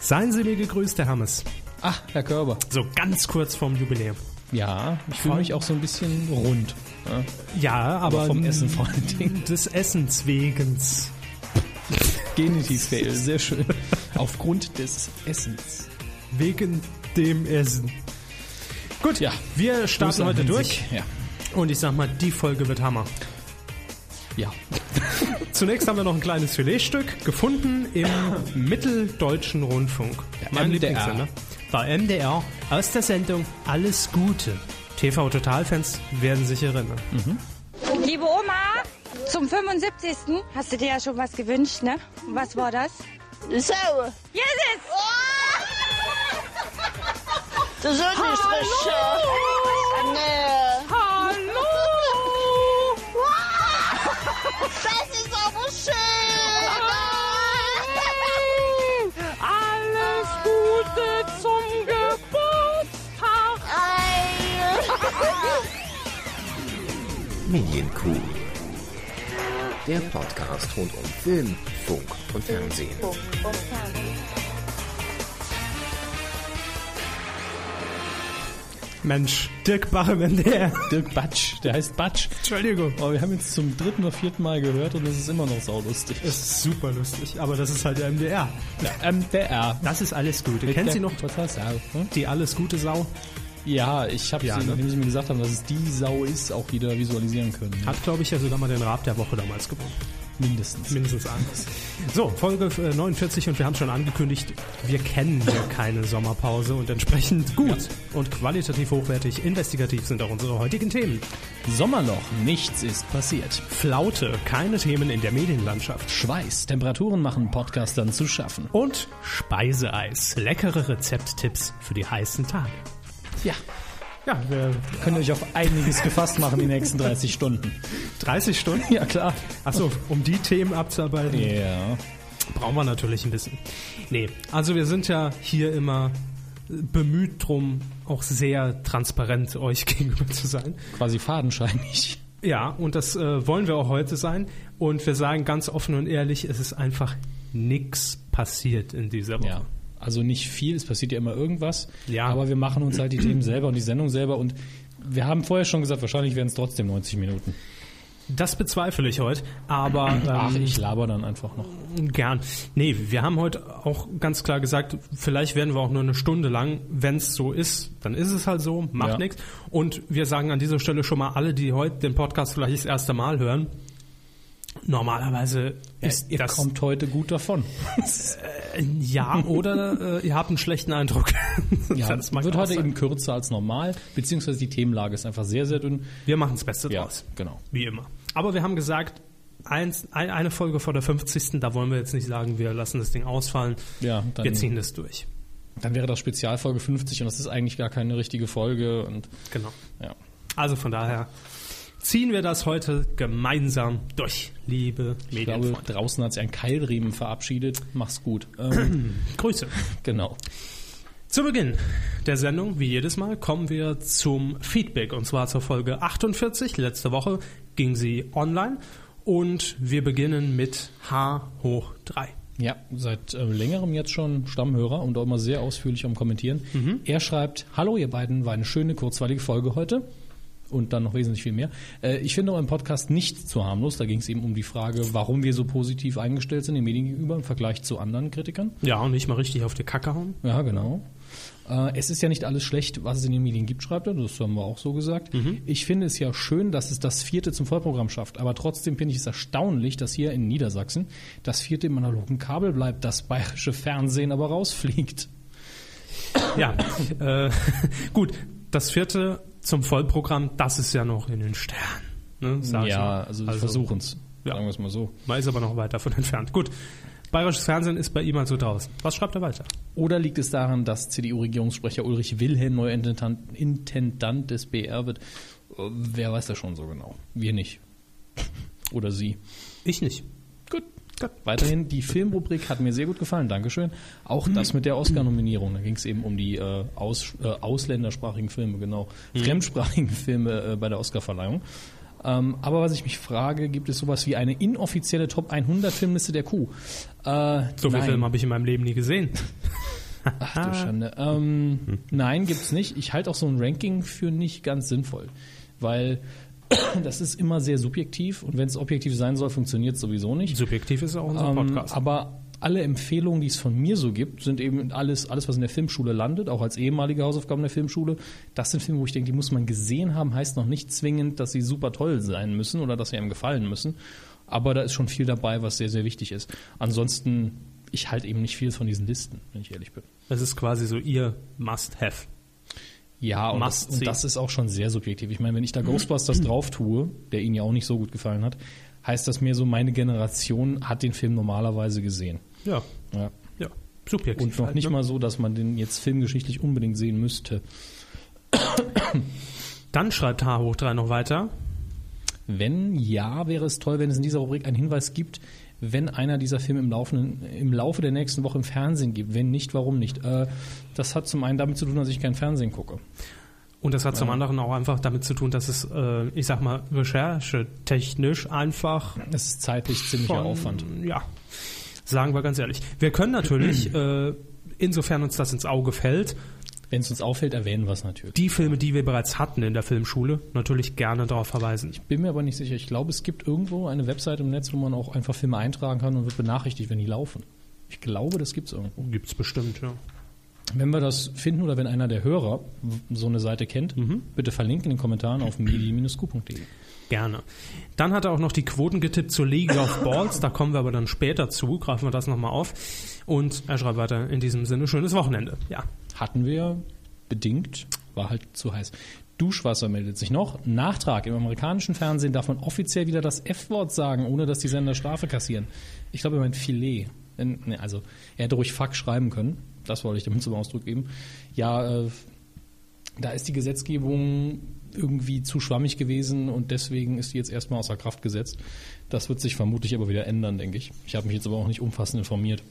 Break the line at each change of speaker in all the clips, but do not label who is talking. Seien Sie mir gegrüßt, Ah, Herr Hammes.
Ach, Herr Körber.
So ganz kurz vorm Jubiläum.
Ja, ich fühle mich auch so ein bisschen rund. Ja,
Ja, aber.
aber vom Essen vor allen Dingen.
Des Essens wegens.
Genitiv-Fail, sehr schön. Aufgrund des Essens.
Wegen dem Essen. Gut,
Ja.
wir
Grüße
starten
an
heute
Hansi.
durch.
Ja.
Und ich sag mal, die Folge wird Hammer.
Ja.
Zunächst haben wir noch ein kleines Filetstück gefunden im Mitteldeutschen Rundfunk.
Der MDR.
Bei MDR aus der Sendung Alles Gute. TV-Totalfans werden sich erinnern.
Liebe Oma, zum 75. hast du dir ja schon was gewünscht, ne? Und Was war das?
Eine Sau.
Hier ist es!
Das ist auch nicht Äh. richtig. Nee. Hallo. Das ist aber schön.
Alles Gute zum Geburtstag.
Ei.
Medienkuh. Der Podcast rund um Film, Funk und Fernsehen.
Mensch, Dirk Bach im MDR.
Dirk Batsch, der heißt Batsch.
Entschuldigung. Oh,
Aber wir haben jetzt zum dritten oder vierten Mal gehört und es ist immer noch saulustig.
Das ist super lustig, aber das ist halt der MDR.
Ähm, MDR.
Das ist alles Gute. Kennen Sie noch
Was hast du? Hm?
die Alles Gute Sau?
Ja, ich habe
Ja,
sie,
ne?
nachdem sie mir gesagt haben, dass es die Sau ist, auch wieder visualisieren können. ne?
Hat, glaube ich, ja sogar mal den Rat der Woche damals gewonnen.
Mindestens.
Mindestens anders. So, Folge äh, 49 und wir haben schon angekündigt, wir kennen hier keine Sommerpause und entsprechend gut und qualitativ hochwertig, investigativ sind auch unsere heutigen Themen.
Sommer noch, nichts ist passiert.
Flaute, keine Themen in der Medienlandschaft.
Schweiß, Temperaturen machen Podcastern zu schaffen.
Und Speiseeis, leckere Rezepttipps für die heißen Tage.
Ja,
Ja, wir
könnt ihr euch auf einiges gefasst machen die nächsten 30 Stunden.
30 Stunden.
Ja, klar.
Achso, um die Themen abzuarbeiten,
Ja.
brauchen wir natürlich ein bisschen. Nee, also wir sind ja hier immer bemüht drum, auch sehr transparent euch gegenüber zu sein.
Quasi fadenscheinig.
Ja, und das äh, wollen wir auch heute sein. Und wir sagen ganz offen und ehrlich, es ist einfach nix passiert in dieser Woche.
Ja. Also nicht viel, es passiert ja immer irgendwas.
Ja.
Aber wir machen uns halt die Themen selber und die Sendung selber. Und wir haben vorher schon gesagt, wahrscheinlich werden es trotzdem 90 Minuten.
Das bezweifle ich heute, aber ähm,
Ach, ich laber dann einfach noch.
gern. Nee, wir haben heute auch ganz klar gesagt, vielleicht werden wir auch nur eine Stunde lang, wenn's so ist, dann ist es halt so, macht
Ja.
nix. Und wir sagen an dieser Stelle schon mal alle, die heute den Podcast vielleicht das erste Mal hören, normalerweise ist
ihr
das
kommt heute gut davon.
ja oder äh, ihr habt einen schlechten Eindruck.
Ja,
Das mag
wird
auch
heute
sein.
eben kürzer als normal, beziehungsweise die Themenlage ist einfach sehr, sehr dünn.
Wir machen das Beste
Ja,
draus.
genau.
Wie immer. Aber wir haben gesagt, eins, ein, eine Folge vor der 50. Da wollen wir jetzt nicht sagen, wir lassen das Ding ausfallen.
Ja, dann-
wir ziehen das durch.
Dann wäre das Spezialfolge 50 und das ist eigentlich gar keine richtige Folge. Und
Genau.
ja,
Also von daher ziehen wir das heute gemeinsam durch, liebe
ich glaube,
Medienfreunde.
draußen hat sich ein Keilriemen verabschiedet. Mach's gut.
Grüße.
genau.
Zu Beginn der Sendung, wie jedes Mal, kommen wir zum Feedback. Und zwar zur Folge 48. Letzte Woche ging sie online. Und wir beginnen mit H hoch 3.
Ja, seit äh, längerem jetzt schon Stammhörer und auch immer sehr ausführlich am Kommentieren. Er schreibt, hallo ihr beiden, war eine schöne, kurzweilige Folge heute. Und dann noch wesentlich viel mehr. Äh, ich finde euren Podcast nicht zu harmlos. Da ging es eben um die Frage, warum wir so positiv eingestellt sind den Medien gegenüber im Vergleich zu anderen Kritikern.
Ja, und nicht mal richtig auf die Kacke hauen.
Ja, genau. Äh, Es ist ja nicht alles schlecht, was es in den Medien gibt, schreibt er. Das haben wir auch so gesagt. Ich finde es ja schön, dass es das vierte zum Vollprogramm schafft. Aber trotzdem finde ich es erstaunlich, dass hier in Niedersachsen das vierte im analogen Kabel bleibt, das bayerische Fernsehen aber rausfliegt.
Ja, äh, gut. Das vierte zum Vollprogramm, das ist ja noch in den Sternen. Ne, sag ich mal.
also, wir versuchen es.
Ja.
Sagen wir es mal so.
Man ist aber noch weit davon entfernt. Gut. Bayerisches Fernsehen ist bei ihm also draußen. Was schreibt er weiter?
Oder liegt es daran, dass CDU-Regierungssprecher Ulrich Wilhelm neuer Intendant, Intendant des BR wird? Äh, Wer weiß das schon so genau? Wir nicht. Oder sie.
Ich nicht.
Gut. Weiterhin, die Filmrubrik hat mir sehr gut gefallen, Dankeschön. Auch das mit der Oscar-Nominierung, da ging es eben um die äh, aus, äh, ausländersprachigen Filme, genau, fremdsprachigen Filme äh, bei der Oscar-Verleihung. Ähm, aber was ich mich frage, gibt es sowas wie eine inoffizielle Top 100 Filmliste der Kuh? Äh,
So viele
nein.
Filme habe ich in meinem Leben nie gesehen.
Ach du Schande. Ähm, nein, gibt's nicht. Ich halte auch so ein Ranking für nicht ganz sinnvoll, weil das ist immer sehr subjektiv und wenn es objektiv sein soll, funktioniert es sowieso nicht.
Subjektiv ist ja auch unser
Ähm,
Podcast.
Aber alle Empfehlungen, die es von mir so gibt, sind eben alles, alles, was in der Filmschule landet, auch als ehemalige Hausaufgaben der Filmschule. Das sind Filme, wo ich denke, die muss man gesehen haben, heißt noch nicht zwingend, dass sie super toll sein müssen oder dass sie einem gefallen müssen. Aber da ist schon viel dabei, was sehr, sehr wichtig ist. Ansonsten, ich halte eben nicht viel von diesen Listen, wenn ich ehrlich bin.
Es ist quasi so ihr Must-Have.
Ja, und das,
Must see.
und das ist auch schon sehr subjektiv. Ich meine, wenn ich da Ghostbusters drauf tue, der Ihnen ja auch nicht so gut gefallen hat, heißt das mir so, meine Generation hat den Film normalerweise gesehen.
Ja,
Ja.
ja. Subjektiv.
Und noch
halt,
nicht
ne?
mal so, dass man den jetzt filmgeschichtlich unbedingt sehen müsste.
Dann schreibt H hoch 3 noch weiter.
Wenn ja, wäre es toll, wenn es in dieser Rubrik einen Hinweis gibt, wenn einer dieser Filme im, laufenden, im Laufe der nächsten Woche im Fernsehen gibt. Wenn nicht, warum nicht? Äh, das hat zum einen damit zu tun, dass ich kein Fernsehen gucke.
Und das hat zum anderen auch einfach damit zu tun, dass es, äh, ich sag mal, recherchetechnisch einfach
Das ist zeitlich ziemlicher
von-
Aufwand.
Ja, sagen wir ganz ehrlich. Wir können natürlich, äh, insofern uns das ins Auge fällt,
Wenn es uns auffällt, erwähnen wir es natürlich.
die Filme, die wir bereits hatten in der Filmschule, natürlich gerne darauf verweisen.
Bin mir aber nicht sicher. Ich glaube, es gibt irgendwo eine Website im Netz, wo man auch einfach Filme eintragen kann und wird benachrichtigt, wenn die laufen. Ich glaube, das gibt's irgendwo.
Gibt's bestimmt, ja.
Wenn wir das finden oder wenn einer der Hörer so eine Seite kennt, bitte verlinken in den Kommentaren auf medi-q.de.
Gerne. Dann hat er auch noch die Quoten getippt zur League of Balls. Da kommen wir aber dann später zu. Greifen wir das nochmal auf. Und er schreibt weiter in diesem Sinne, schönes Wochenende. Ja.
Hatten wir bedingt, war halt zu heiß. Duschwasser meldet sich noch. Nachtrag. Im amerikanischen Fernsehen darf man offiziell wieder das F-Wort sagen, ohne dass die Sender Strafe kassieren. Ich glaube, er meint Filet. Äh, nee, Also, er hätte ruhig Fuck schreiben können. Das wollte ich damit zum Ausdruck geben. Ja, äh, da ist die Gesetzgebung irgendwie zu schwammig gewesen und deswegen ist die jetzt erstmal außer Kraft gesetzt. Das wird sich vermutlich aber wieder ändern, denke ich. Ich habe mich jetzt aber auch nicht umfassend informiert.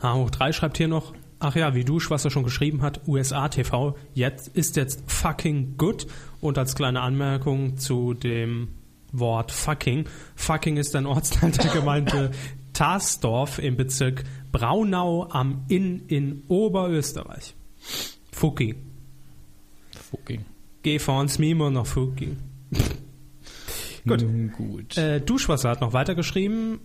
H hoch 3 schreibt hier noch, ach ja, wie Dusch, was er schon geschrieben hat, USA TV, jetzt ist jetzt fucking good. Und als kleine Anmerkung zu dem Wort fucking. Fucking ist ein Ortsteil der Gemeinde Tarsdorf im Bezirk Braunau am Inn in Oberösterreich. Fucking.
Fucking.
Geh vor uns Mimo noch Fucking. Gut.
Nun gut.
Äh, Duschwasser hat noch weitergeschrieben.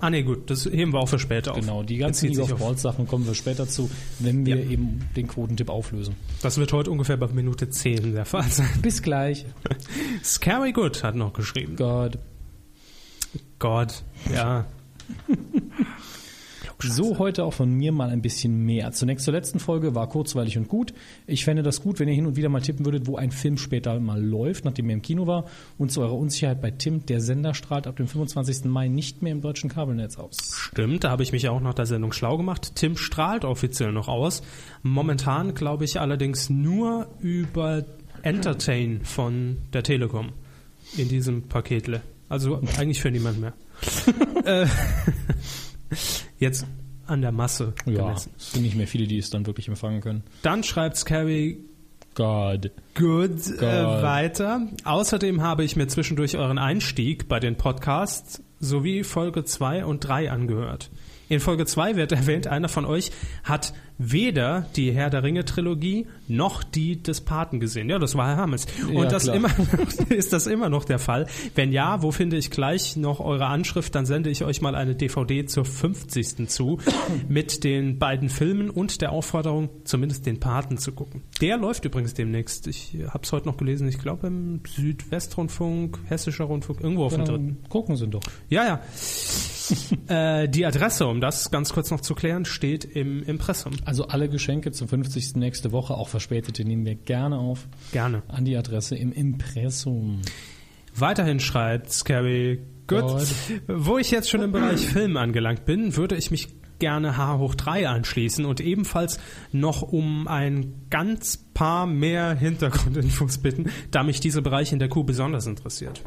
Ah ne, gut, das heben wir auch für später auf.
Genau, die ganzen
Bezieht
League
sich
of
auf-
Balls Sachen kommen wir später zu, wenn wir
Ja.
eben den Quotentipp auflösen.
Das wird heute ungefähr bei Minute 10 der Fall sein.
Bis gleich.
Scary Good hat noch geschrieben.
Gott.
Gott, ja.
So heute auch von mir mal ein bisschen mehr. Zunächst zur letzten Folge war kurzweilig und gut. Ich fände das gut, wenn ihr hin und wieder mal tippen würdet, wo ein Film später mal läuft, nachdem er im Kino war. Und zu eurer Unsicherheit bei Tim, der Sender strahlt ab dem 25. Mai nicht mehr im deutschen Kabelnetz aus.
Stimmt, da habe ich mich ja auch nach der Sendung schlau gemacht. Tim strahlt offiziell noch aus. Momentan glaube ich allerdings nur über Entertain von der Telekom in diesem Paketle. Also eigentlich für niemand mehr. Äh, Jetzt an der Masse
Ja,
gemessen.
es sind nicht mehr viele, die es dann wirklich empfangen können.
Dann schreibt Scary
Gott.
Good äh,
Geil.
weiter. Außerdem habe ich mir zwischendurch euren Einstieg bei den Podcasts sowie Folge 2 und 3 angehört. In Folge 2 wird erwähnt, einer von euch hat weder die Herr der Ringe Trilogie noch die des Paten gesehen. Ja, das war Herr Hammes. Und
Ja,
das
klar.
immer ist das immer noch der Fall? Wenn ja, wo finde ich gleich noch eure Anschrift? Dann sende ich euch mal eine DVD zur 50. zu mit den beiden Filmen und der Aufforderung, zumindest den Paten zu gucken. Der läuft übrigens demnächst. Ich habe es heute noch gelesen. Ich glaube im Südwestrundfunk, Hessischer Rundfunk, irgendwo auf dem dritten.
Dann gucken sie doch.
Ja, ja. äh, die Adresse, um das ganz kurz noch zu klären, steht im Impressum.
Also alle Geschenke zum 50. nächste Woche, auch verspätete, nehmen wir gerne auf.
Gerne.
An die Adresse im Impressum.
Weiterhin schreibt Scary Good.
Gott.
Wo ich jetzt schon im Bereich Film angelangt bin, würde ich mich gerne H hoch 3 anschließen und ebenfalls noch um ein ganz paar mehr Hintergrundinfos bitten, da mich dieser Bereich in der Kuh besonders interessiert.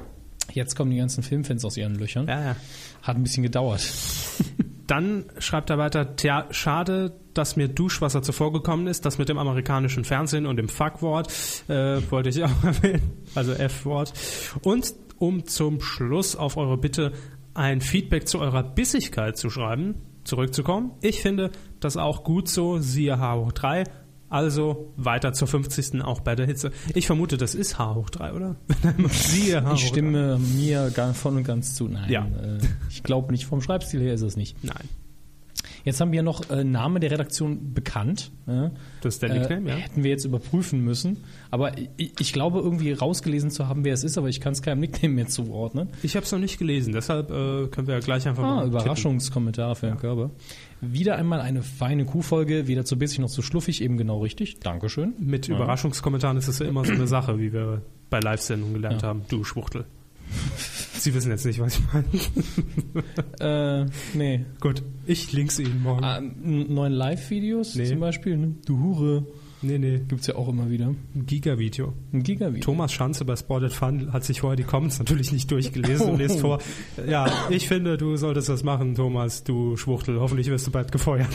Jetzt kommen die ganzen Filmfans aus ihren Löchern.
Ja, ja.
Hat ein bisschen gedauert.
Dann schreibt er weiter, tja, schade, dass mir Duschwasser zuvorgekommen ist, das mit dem amerikanischen Fernsehen und dem Fuckwort, äh, wollte ich auch erwähnen, also F-Wort. Und um zum Schluss auf eure Bitte ein Feedback zu eurer Bissigkeit zu schreiben, zurückzukommen. Ich finde, Das ist auch gut so, siehe H hoch 3. Also weiter zur 50. auch bei der Hitze. Ich vermute, das ist H hoch 3, oder? siehe H
Ich
hoch
stimme mir gar voll und ganz zu. Nein,
Oh, Ja.
äh, ich glaube nicht. Vom Schreibstil her ist es nicht.
3. Nein,
Jetzt haben wir noch äh, Name der Redaktion bekannt. Äh,
das ist der Nickname,
äh,
ja.
hätten wir jetzt überprüfen müssen. Aber ich, ich glaube irgendwie rausgelesen zu haben, wer es ist, aber ich kann es keinem Nickname mehr zuordnen.
Ich habe es noch nicht gelesen, deshalb äh, können wir ja gleich einfach
Ah,
mal
Überraschungskommentare für Herrn Körber. Wieder einmal eine feine Kuhfolge, weder zu bissig noch zu schluffig, eben genau richtig. Dankeschön.
tippen. Mit Überraschungskommentaren ist es ja immer so eine Sache, wie wir bei Live-Sendungen gelernt
Ja.
haben. Du Schwuchtel. Sie wissen jetzt nicht, was ich meine.
Äh, nee.
Gut, ich link's Ihnen morgen.
Ah, n- neuen Live-Videos
Nee.
zum Beispiel, ne? Du Hure.
Nee, nee,
Gibt's ja auch immer wieder.
ein Giga-Video.
Ein Gigavideo.
Thomas Schanze bei Sported Fun hat sich vorher die Comments natürlich nicht durchgelesen und liest
Oh.
vor. Ja, ich finde, du solltest das machen, Thomas, du Schwuchtel. Hoffentlich wirst du bald gefeuert.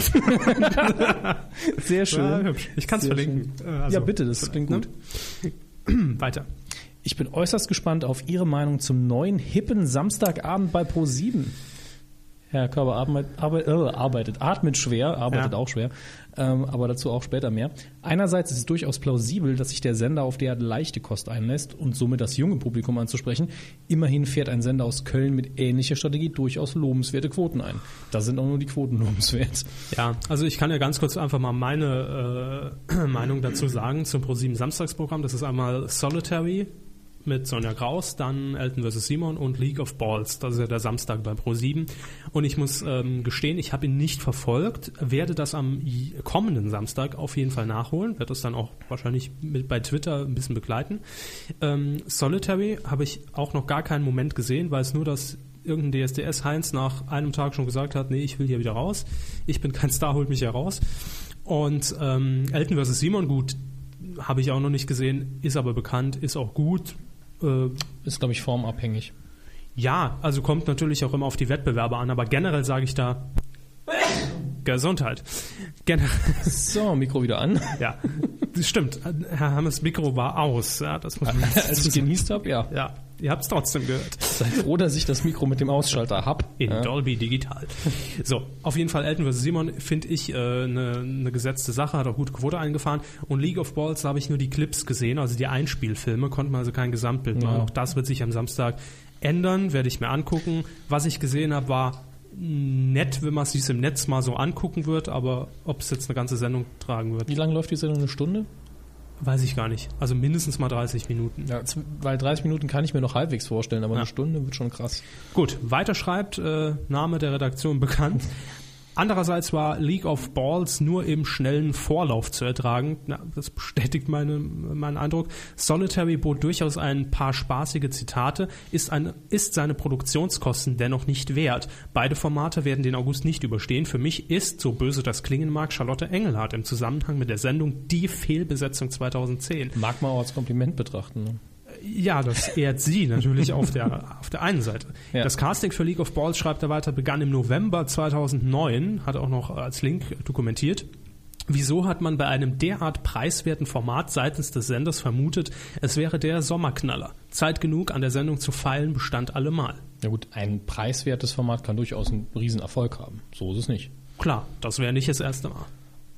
Sehr schön.
Ja, hübsch. Ich kann's
Sehr
verlinken.
schön.
Äh, also,
ja, bitte, das klingt
ne?
gut.
Weiter.
Ich bin äußerst gespannt auf Ihre Meinung zum neuen hippen Samstagabend bei Pro7. Herr Körber arbeit, arbeit, äh, arbeitet, atmet schwer, arbeitet
Ja.
auch schwer, ähm, aber dazu auch später mehr. Einerseits ist es durchaus plausibel, dass sich der Sender auf derart leichte Kost einlässt und somit das junge Publikum anzusprechen. Immerhin fährt ein Sender aus Köln mit ähnlicher Strategie durchaus lobenswerte Quoten ein. Da sind auch nur die Quoten lobenswert.
Ja, also ich kann ja ganz kurz einfach mal meine äh, Meinung dazu sagen zum ProSieben Samstagsprogramm. Das ist einmal Solitary mit Sonja Kraus, dann Elton vs. Simon und League of Balls. Das ist ja der Samstag bei ProSieben. Und ich muss ähm, gestehen, ich habe ihn nicht verfolgt, werde das am j- kommenden Samstag auf jeden Fall nachholen, werde das dann auch wahrscheinlich mit bei Twitter ein bisschen begleiten. Ähm, Solitary habe ich auch noch gar keinen Moment gesehen, weil es nur das irgendein DSDS Heinz nach einem Tag schon gesagt hat, nee, ich will hier wieder raus. Ich bin kein Star, holt mich hier raus. Und ähm, Elton vs. Simon, gut, habe ich auch noch nicht gesehen, ist aber bekannt, ist auch gut. Äh,
Ist, glaube ich, formabhängig.
ja, also kommt natürlich auch immer auf die Wettbewerber an, aber generell sage ich da Gesundheit. Generell,
So, Mikro wieder an.
ja, das stimmt. Herr Hammes Mikro war aus. Ja, das muss man
Als ich genießt habe, ja.
ja, ihr habt es trotzdem gehört.
Seid froh, dass ich das Mikro mit dem Ausschalter hab.
In
ja.
Dolby Digital. So, auf jeden Fall Elton vs. Simon finde ich eine äh, ne- ne gesetzte Sache, hat auch gute Quote eingefahren. Und League of Balls, da habe ich nur die Clips gesehen, also die Einspielfilme, konnte man also kein Gesamtbild machen. Auch das wird sich am Samstag ändern, werde ich mir angucken. Was ich gesehen habe, war nett, wenn man es sich im Netz mal so angucken wird, aber ob es jetzt eine ganze Sendung tragen wird,
Wie lange läuft die Sendung? Eine Stunde?
weiß ich gar nicht. Also mindestens mal 30 Minuten.
Ja, z- weil 30 Minuten kann ich mir noch halbwegs vorstellen, aber
Ja.
eine Stunde wird schon krass.
Gut, weiter schreibt, äh, Name der Redaktion bekannt. Andererseits war League of Balls nur im schnellen Vorlauf zu ertragen. Na, das bestätigt meine, meinen Eindruck. Solitary bot durchaus ein paar spaßige Zitate, ist, eine, ist seine Produktionskosten dennoch nicht wert. Beide Formate werden den August nicht überstehen. Für mich ist, so böse das klingen mag, Charlotte Engelhardt im Zusammenhang mit der Sendung die Fehlbesetzung 2010.
Mag man auch als Kompliment betrachten. Ne?
Ja, das ehrt sie natürlich auf der, auf der einen Seite.
Ja.
Das Casting für League of Balls, schreibt er weiter, begann im November 2009, hat auch noch als Link dokumentiert. Wieso hat man bei einem derart preiswerten Format seitens des Senders vermutet, es wäre der Sommerknaller? Zeit genug, an der Sendung zu feilen, bestand allemal.
Na gut, ein preiswertes Format kann durchaus einen Riesenerfolg haben. So ist es nicht.
Klar, das wäre nicht das erste Mal.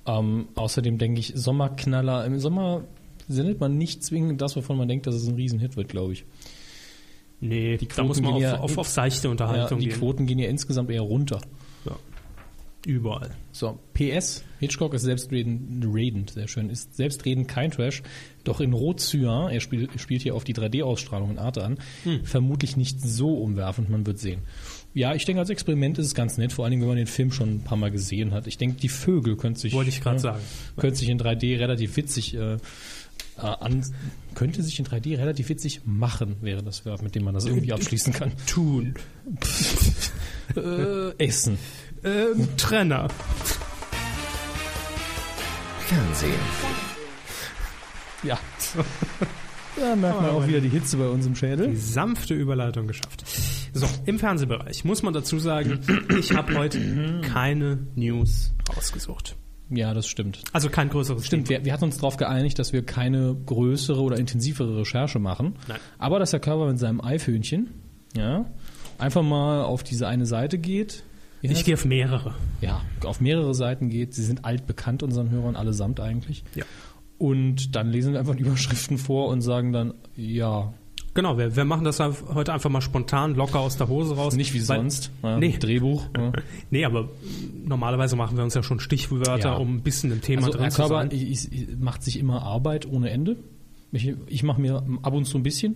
Ähm, außerdem denke ich, Sommerknaller. Im Sommer sendet man nicht zwingend das, wovon man denkt, dass es ein Riesenhit wird, glaube ich.
Nee, da
Quoten
muss man auf,
gehen ja-
auf, auf seichte
Ja,
Unterhaltung
die
gehen.
Quoten gehen ja insgesamt eher runter.
Überall.
So, PS, Hitchcock ist selbstredend, redend, sehr schön, ist selbstredend kein Trash, doch in Rot Cyan, er spiel, spielt hier auf die 3D-Ausstrahlung in Arte an,
Hm.
vermutlich nicht so umwerfend, man wird sehen. Ja, ich denke, als Experiment ist es ganz nett, vor allen Dingen, wenn man den Film schon ein paar Mal gesehen hat. Ich denke, die Vögel könnte sich,
Wollte ich gerade
äh,
sagen.
könnte sich in 3D relativ witzig, äh, äh, an, könnte sich in 3D relativ witzig machen, wäre das Verb, mit dem man das irgendwie abschließen kann.
Tun.
äh, essen.
Ähm, Trenner.
Fernsehen.
Ja. Da merkt man auch wieder die Hitze bei uns im Schädel.
sanfte Überleitung geschafft. So, im Fernsehbereich muss man dazu sagen, ich habe heute keine News rausgesucht.
Ja, das stimmt.
Also kein größeres
Stimmt, wir, wir hatten uns darauf geeinigt, dass wir keine größere oder intensivere Recherche machen.
Nein.
Aber dass der Körper mit seinem Eifhühnchen ja, einfach mal auf diese eine Seite geht, Wie heißt
Ich gehe auf mehrere.
ja, auf mehrere Seiten geht. Sie sind altbekannt unseren Hörern allesamt eigentlich.
Ja.
Und dann lesen wir einfach die Überschriften vor und sagen dann, ja,
Genau, wir, wir machen das heute einfach mal spontan, locker aus der Hose raus.
nicht wie
Weil-
sonst. Ja,
nee.
Drehbuch. Ja.
Nee, aber normalerweise machen wir uns ja schon Stichwörter,
Ja.
um ein bisschen im Thema
Also
drin
der
zu
Körper
sein.
ich, ich, macht sich immer Arbeit ohne Ende. Ich, ich mache mir ab und zu ein bisschen.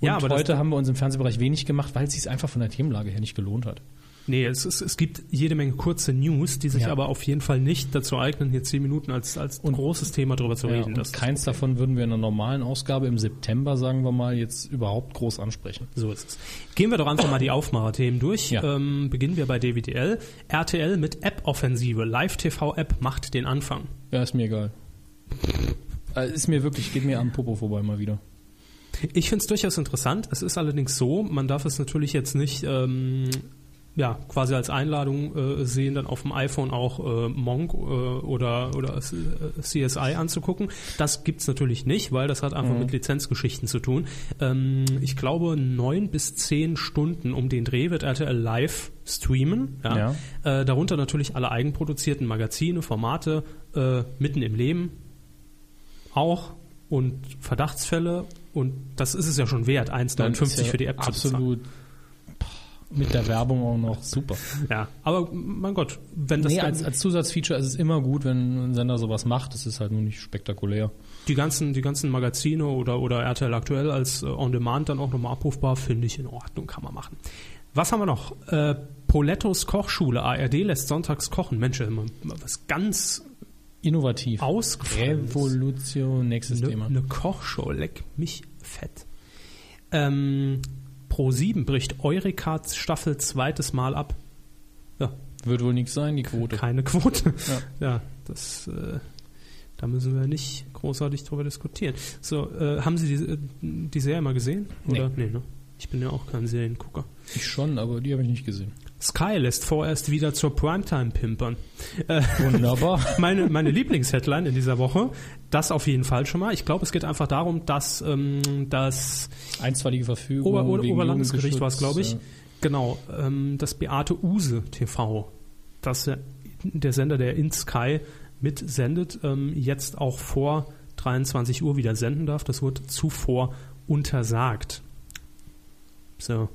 Und
Ja, aber das-
heute haben wir uns im Fernsehbereich wenig gemacht, weil es sich einfach von der Themenlage her nicht gelohnt hat.
Nee, es, es, es gibt jede Menge kurze News, die sich
Ja.
aber auf jeden Fall nicht dazu eignen, hier zehn Minuten als, als großes Thema drüber zu
Ja,
reden.
und keins davon würden wir in einer normalen Ausgabe im September, sagen wir mal, jetzt überhaupt groß ansprechen.
So ist es. Gehen wir doch einfach mal die Aufmacherthemen durch.
Ja.
Ähm, beginnen wir bei DWDL. RTL mit App-Offensive. Live-TV-App macht den Anfang.
Ja, ist mir egal. Äh, Ist mir wirklich, geht mir am Popo vorbei mal wieder.
Ich finde es durchaus interessant. Es ist allerdings so, man darf es natürlich jetzt nicht ähm, ja, quasi als Einladung äh, sehen, dann auf dem iPhone auch äh, Monk äh, oder, oder S- äh, CSI anzugucken. Das gibt's natürlich nicht, weil das hat einfach mit Lizenzgeschichten zu tun. Ähm, ich glaube, neun bis zehn Stunden um den Dreh wird RTL live streamen. Ja. Äh, darunter natürlich alle eigenproduzierten Magazine, Formate, äh, mitten im Leben, auch und Verdachtsfälle und das ist es ja schon wert, 1,59
Ist ja
für die App
Absolut. Pah, Mit der Werbung auch noch super.
zu bezahlen. Ja, aber mein Gott, wenn das
nee, also
dann-
als, als Zusatzfeature ist es immer gut, wenn ein Sender sowas macht. Es ist halt nur nicht spektakulär.
die ganzen die ganzen Magazine oder oder RTL aktuell als äh, on demand dann auch nochmal abrufbar, finde ich in Ordnung, kann man machen. Was haben wir noch? Äh, Polettos Kochschule ARD lässt sonntags kochen. Mensch, immer was ganz
Innovativ.
ausgefallenes.
Revolution, nächstes
Eine
Thema.
ne Kochshow, leck mich fett. Ähm, Pro7 bricht Eureka Staffel zweites Mal ab. Ja,
Wird wohl nichts sein, die Quote.
keine Quote. Ja, das, äh, da müssen wir nicht großartig drüber diskutieren. So, äh, haben Sie die, äh, die Serie mal gesehen? Oder? Nee, ne? Ich bin ja auch kein Seriengucker.
Ich schon, aber die habe ich nicht gesehen.
Sky lässt vorerst wieder zur Primetime pimpern.
Wunderbar.
meine, meine Lieblingsheadline in dieser Woche, das auf jeden Fall schon mal. Ich glaube, es geht einfach darum, dass ähm, das
Einstweilige Verfügung.
Ober oder
wegen
Oberlandesgericht war es, glaube ich.
Jugendgeschutz,
Genau, ähm, das Beate Use TV, das ja der Sender, der in Sky mitsendet, ähm, jetzt auch vor 23 Uhr wieder senden darf. Das wurde zuvor untersagt. So,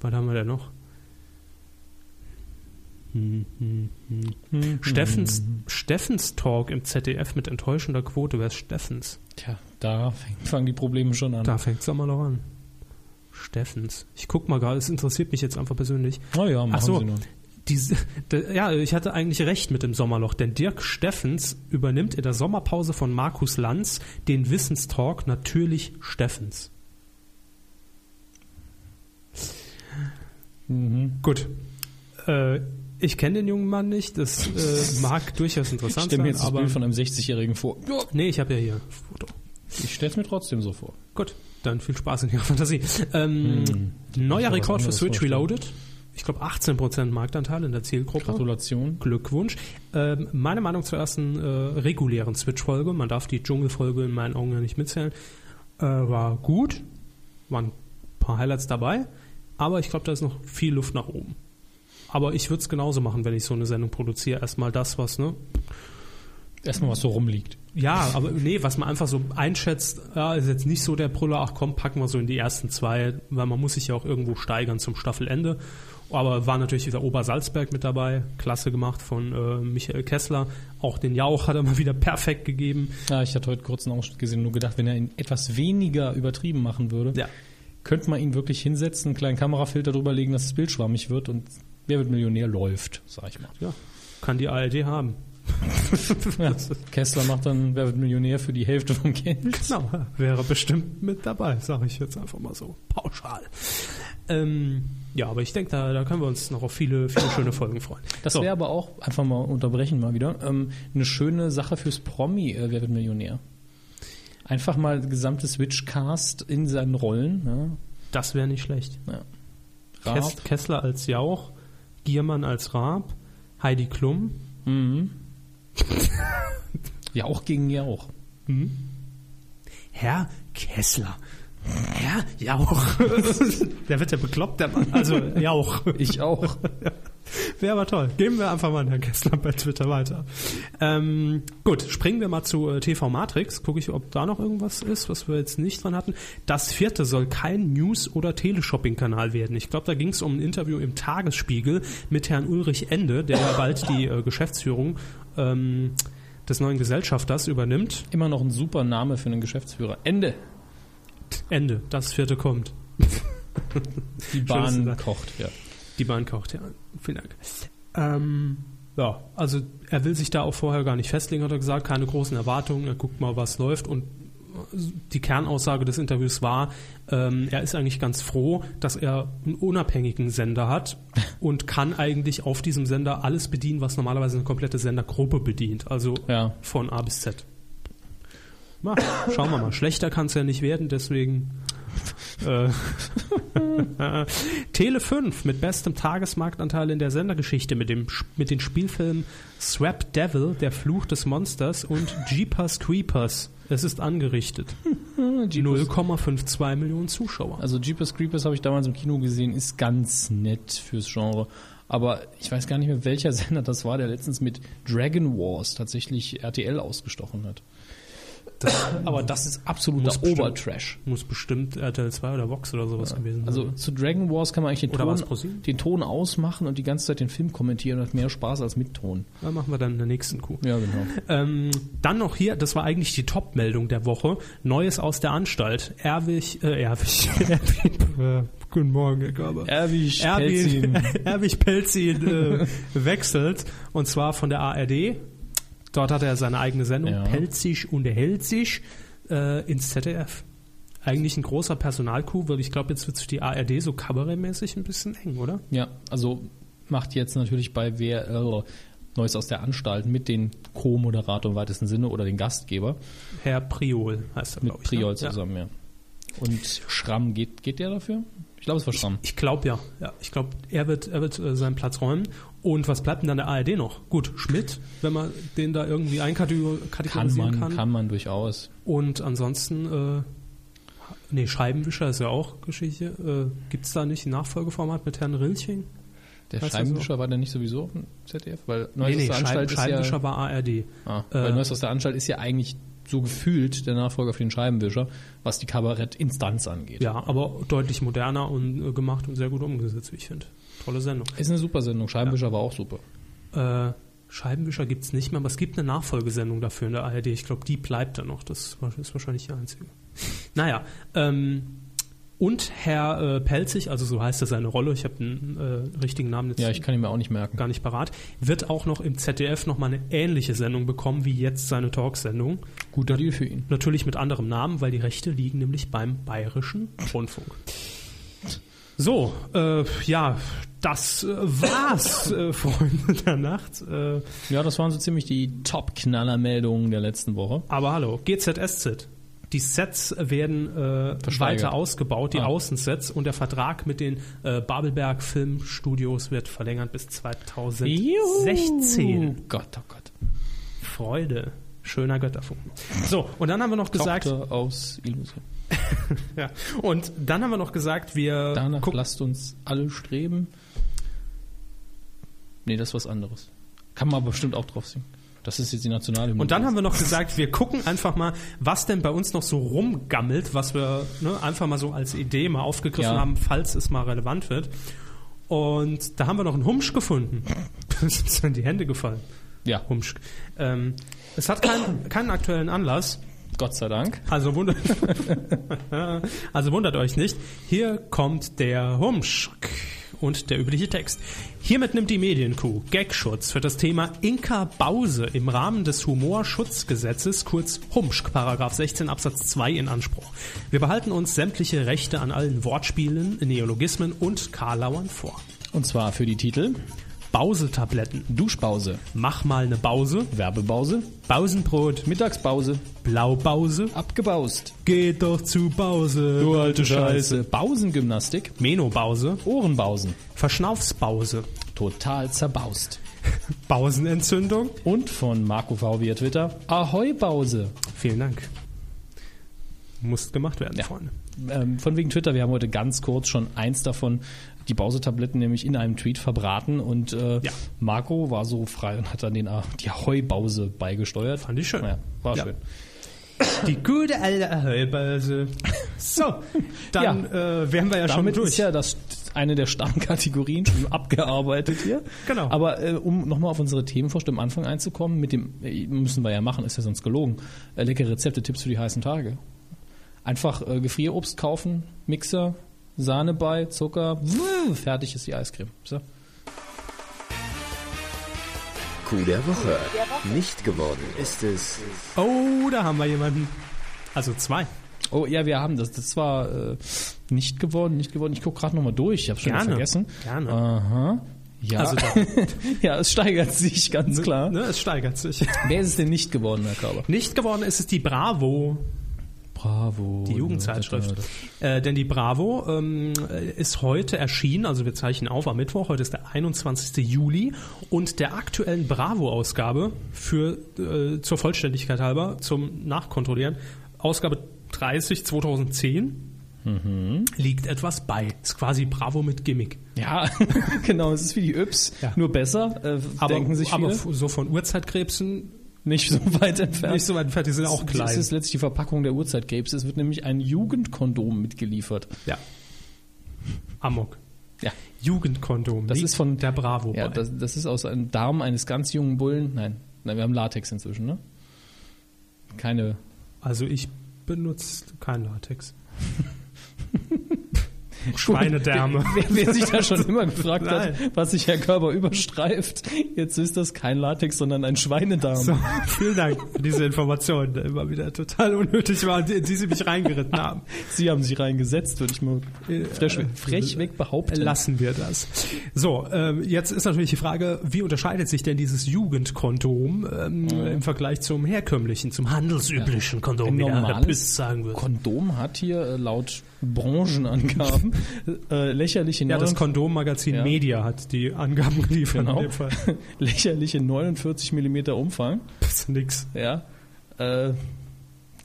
was haben wir denn noch? Hm, hm, hm. Steffens, Steffens Talk im ZDF mit enttäuschender Quote. Wer ist Steffens?
äh, Tja, da fäng- fangen die Probleme schon an.
Da fängt's doch mal noch an. Steffens. Ich guck mal gerade, es interessiert mich jetzt einfach persönlich.
Oh ja, machen
Ach so.
Sie nur.
Diese, de, ja, ich hatte eigentlich recht mit dem Sommerloch, denn Dirk Steffens übernimmt in der Sommerpause von Markus Lanz den Wissenstalk natürlich Steffens. Gut. Äh, ich kenne den jungen Mann nicht, das äh, mag durchaus
Ich
interessant
stelle mir
sein,
jetzt das
aber.
Bild von einem 60-Jährigen vor. Ja,
nee, ich habe ja hier ein Foto.
Ich stelle es mir trotzdem so vor.
Gut, dann viel Spaß in Ihrer Fantasie. Ähm, neuer
was
Rekord für
anderes
Switch
vorstellen.
Reloaded. Ich glaube 18% Marktanteil in der Zielgruppe.
Gratulation.
Glückwunsch. Ähm, meine Meinung zur ersten äh, regulären Switch-Folge, man darf die Dschungelfolge in meinen Augen ja nicht mitzählen, äh, war gut. Waren ein paar Highlights dabei, aber ich glaube, da ist noch viel Luft nach oben. Aber ich würde es genauso machen, wenn ich so eine Sendung produziere. Erstmal das, was, ne?
Erstmal, was so rumliegt.
Ja, aber nee, was man einfach so einschätzt, ja, ist jetzt nicht so der Brüller, ach komm, packen wir so in die ersten zwei, weil man muss sich ja auch irgendwo steigern zum Staffelende. Aber war natürlich wieder Obersalzberg mit dabei, klasse gemacht von äh, Michael Kessler. Auch den Jauch hat er mal wieder perfekt gegeben.
Ja, ich hatte heute kurz einen Ausschnitt gesehen und nur gedacht, wenn er ihn etwas weniger übertrieben machen würde,
Ja.
könnte man ihn wirklich hinsetzen, einen kleinen Kamerafilter drüberlegen, dass das Bild schwammig wird und wer wird Millionär läuft, sag ich mal.
Ja, kann die ARD haben.
Ja. Kessler macht dann Wer wird Millionär für die Hälfte vom Geld.
Genau, wäre bestimmt mit dabei, sage ich jetzt einfach mal so pauschal. Ähm, ja, aber ich denke, da, da können wir uns noch auf viele, viele schöne Folgen freuen.
Das
So.
wäre aber auch, einfach mal unterbrechen mal wieder, ähm, eine schöne Sache fürs Promi, äh, Wer wird Millionär. Einfach mal gesamte Switchcast in seinen Rollen. Ne?
Das wäre nicht schlecht.
Raab,
Kess, Kessler als Jauch, Giermann als Raab, Heidi Klum.
Ja, auch gegen Jauch.
Herr Kessler. Herr Jauch. der wird ja bekloppt, der Mann. Also Jauch.
Ich auch.
Wäre aber toll. Geben wir einfach mal an Herrn Kessler bei Twitter weiter. Ähm, gut, springen wir mal zu äh, TV Matrix. Gucke ich, ob da noch irgendwas ist, was wir jetzt nicht dran hatten. Das vierte soll kein News- oder Teleshopping-Kanal werden. Ich glaube, da ging es um ein Interview im Tagesspiegel mit Herrn Ulrich Ende, der ja bald die äh, Geschäftsführung ähm, des neuen Gesellschafters übernimmt.
Immer noch ein super Name für einen Geschäftsführer. Ende.
Ende, das vierte kommt.
Die
Schönes
Bahn
Satz.
kocht, ja.
Die Bahn kocht, ja. Vielen Dank. Ähm, ja, also er will sich da auch vorher gar nicht festlegen, hat er gesagt. Keine großen Erwartungen. Er guckt mal, was läuft. Und die Kernaussage des Interviews war, ähm, er ist eigentlich ganz froh, dass er einen unabhängigen Sender hat und kann eigentlich auf diesem Sender alles bedienen, was normalerweise eine komplette Sendergruppe bedient. Also
Ja.
von A bis Z. Na, schauen wir mal. Schlechter kann es ja nicht werden, deswegen. Äh, Tele 5 mit bestem Tagesmarktanteil in der Sendergeschichte mit, dem, mit den Spielfilmen Swap Devil, Der Fluch des Monsters und Jeepers Creepers. Es ist angerichtet. 0,52 Millionen Zuschauer.
Also Jeepers Creepers habe ich damals im Kino gesehen, ist ganz nett fürs Genre. Aber ich weiß gar nicht mehr, welcher Sender das war, der letztens mit Dragon Wars tatsächlich RTL ausgestochen hat. Aber das ist
muss
absoluter
bestimmt-
Obertrash.
Muss bestimmt RTL 2 oder Vox oder sowas gewesen sein.
Also zu Dragon Wars kann man eigentlich den
Mhm. Oder war's
Ton,
ProSieben?
den Ton ausmachen und die ganze Zeit den Film kommentieren. Hat mehr Spaß als mit Ton.
da machen wir dann in der nächsten Kuh.
Ja, genau.
Ähm, dann noch hier, das war eigentlich die Top-Meldung der Woche. Neues aus der Anstalt. Erwig, äh, Erwig, Erwin, äh, guten Morgen, Herr Körber.
Erwig
Erwin,
Pelzin.
Erwig Pelzin äh, wechselt und zwar von der ARD. Dort hat er seine eigene Sendung,
Ja.
Pelzig und Helzig, äh, ins ZDF. Eigentlich ein großer Personalkuh, weil ich glaube, jetzt wird sich die ARD so kabarettmäßig ein bisschen eng, oder?
Ja, also macht jetzt natürlich bei wer äh, Neues aus der Anstalt mit den Co-Moderator im weitesten Sinne oder den Gastgeber
Herr Priol heißt er,
mit
glaube ich.
Priol
ne? Ja.
zusammen, ja. Und Schramm geht geht der dafür? Ich glaube, es war Schramm.
Ich glaube ja. ja. Ich glaube, er wird, er wird äh, seinen Platz räumen. Und was bleibt denn dann der ARD noch? Gut, Schmidt, wenn man den da irgendwie
Kann
einkategorisieren
man,
kann.
kann man durchaus.
Und ansonsten, äh, nee, Scheibenwischer ist ja auch Geschichte. Äh, Gibt es da nicht ein Nachfolgeformat mit Herrn Rilching?
Der
Weißt du
Scheibenwischer war der nicht sowieso auf dem ZDF? Weil Neues aus der
Scheib-
Anstalt ist
Scheibenwischer
ja,
war ARD.
ah, weil
äh,
Neues aus der Anstalt ist ja eigentlich so gefühlt der Nachfolger für den Scheibenwischer, was die Kabarettinstanz angeht.
Ja, aber deutlich moderner und äh, gemacht und sehr gut umgesetzt, wie ich finde. Tolle Sendung.
Ist eine super Sendung. Scheibenwischer war auch super.
Äh, Scheibenwischer gibt es nicht mehr, aber es gibt eine Nachfolgesendung dafür in der ARD. Ich glaube, die bleibt da noch. Das ist wahrscheinlich die einzige. Naja, ähm, und Herr äh, Pelzig, also so heißt er seine Rolle, ich habe den äh, richtigen Namen jetzt
Ja, ich kann ihn mir auch nicht merken.
gar nicht parat, wird auch noch im ZDF nochmal eine ähnliche Sendung bekommen wie jetzt seine Talksendung.
Guter Deal für ihn.
Natürlich mit anderem Namen, weil die Rechte liegen nämlich beim Bayerischen Rundfunk. So, äh, ja, das äh, war's, äh, Freunde der Nacht. Äh,
Ja, das waren so ziemlich die Top-Knaller-Meldungen der letzten Woche.
aber hallo, GZSZ. Die Sets werden äh,
Versteigert.
weiter ausgebaut, die
Ah.
Außensets, und der Vertrag mit den äh, Babelberg Filmstudios wird verlängert bis 2016.
Oh Gott, oh Gott.
Freude. Schöner Götterfunken. So, und dann haben wir noch gesagt,
Tochter aus Illusion.
ja, und dann haben wir noch gesagt, wir
Danach
gucken-
lasst uns alle streben. Nee, das ist was anderes. Kann man aber bestimmt auch drauf singen. Das ist jetzt die nationale
und dann haben wir noch gesagt, wir gucken einfach mal, was denn bei uns noch so rumgammelt, was wir ne, einfach mal so als Idee mal aufgegriffen
Ja.
haben, falls es mal relevant wird. Und da haben wir noch einen Humsch gefunden. Das ist mir in die Hände gefallen.
Ja,
Humsch. Ähm, es hat keinen, keinen aktuellen Anlass.
Gott sei Dank.
Also wundert, also wundert euch nicht. Hier kommt der Humschk und der übliche Text. Hiermit nimmt die Medienkuh Gagschutz für das Thema Inka Bause im Rahmen des Humorschutzgesetzes, kurz Humschk, Paragraph 16 Absatz 2 in Anspruch. Wir behalten uns sämtliche Rechte an allen Wortspielen, Neologismen und Karlauern vor.
Und zwar für die Titel
Bausetabletten.
Duschpause,
Mach mal eine Bause.
Werbepause,
Pausenbrot.
Mittagspause,
Blaupause.
abgebaust,
Geht doch zu Bause.
Pausengymnastik,
Menobause.
Ohrenbausen,
Verschnaufspause,
total zerbaust.
Pausenentzündung.
Und von Marco V via Twitter, Ahoi Bause.
Vielen Dank. muss gemacht werden,
Ja.
Freunde.
Ähm, von wegen Twitter, wir haben heute ganz kurz schon eins davon, die Bause-Tabletten nämlich in einem Tweet verbraten und äh,
Ja.
Marco war so frei und hat dann den, äh, die Heubause beigesteuert.
Fand ich schön.
Ja, war
Ja.
schön.
Die gute alte Heubase. So, dann äh, wären wir ja
Damit
schon durch.
ist ja das eine der Stammkategorien schon abgearbeitet hier.
Genau.
Aber äh, um nochmal auf unsere Themenvorstellung am Anfang einzukommen, mit dem äh, müssen wir ja machen, ist ja sonst gelogen. Äh, leckere Rezepte, Tipps für die heißen Tage. Einfach äh, Gefrierobst kaufen, Mixer, Sahne bei, Zucker, wuh, fertig ist die Eiscreme. So.
Coup der Woche. Nicht geworden ist es
oh, da haben wir jemanden. Also zwei.
Oh ja, wir haben das. Das war äh, nicht geworden, nicht geworden. Ich gucke gerade nochmal durch, ich habe schon wieder
Gerne.
vergessen.
Gerne.
Aha. Ja.
Also da,
ja, es steigert sich, ganz klar.
Ne, es steigert sich.
Wer ist es denn nicht geworden, Herr Körber?
Nicht geworden ist es die Bravo,
Bravo.
die Jugendzeitschrift.
Genau
Äh, denn die Bravo ähm, äh, ist heute erschienen, also wir zeichnen auf am Mittwoch, heute ist der 21. Juli und der aktuellen Bravo-Ausgabe für äh, zur Vollständigkeit halber, zum Nachkontrollieren, Ausgabe 30 2010
Mhm.
liegt etwas bei. Ist quasi Bravo mit Gimmick.
Ja, genau, es ist wie die Yps,
Ja.
nur besser, äh,
Aber,
denken sich viele.
aber f- so von Urzeitkrebsen
nicht so weit entfernt.
nicht so weit entfernt, die sind auch
Das
klein.
ist letztlich die Verpackung der Uhrzeitkrebs. Es wird nämlich ein Jugendkondom mitgeliefert.
Ja. Amok.
Ja,
Jugendkondom.
das
liegt
ist von
der Bravo.
Ja,
bei.
das, das ist aus einem Darm eines ganz jungen Bullen. Nein, nein, wir haben Latex inzwischen, ne? Keine.
Also ich benutze kein Latex. Schweinedärme.
Wer, wer sich da schon immer gefragt
Nein.
hat, was sich Herr Körber überstreift, jetzt ist das kein Latex, sondern ein Schweinedarm.
So, vielen Dank für diese Information, die immer wieder total unnötig war, in die Sie mich reingeritten haben.
Sie haben sich reingesetzt, würde ich mal frech,
äh,
frech weg behaupten.
Lassen wir das. So, ähm, jetzt ist natürlich die Frage, wie unterscheidet sich denn dieses Jugendkondom ähm,
Mhm.
im Vergleich zum herkömmlichen, zum handelsüblichen Kondom,
Ein
wie der Herr
normales
Piss sagen würde?
Kondom hat hier äh, laut Branchenangaben äh, lächerliche
Ja, das
49
Kondommagazin
Ja.
Media hat die Angaben geliefert
Genau.
in dem Fall.
lächerliche 49 Millimeter Umfang.
Das ist nix.
Ja, äh,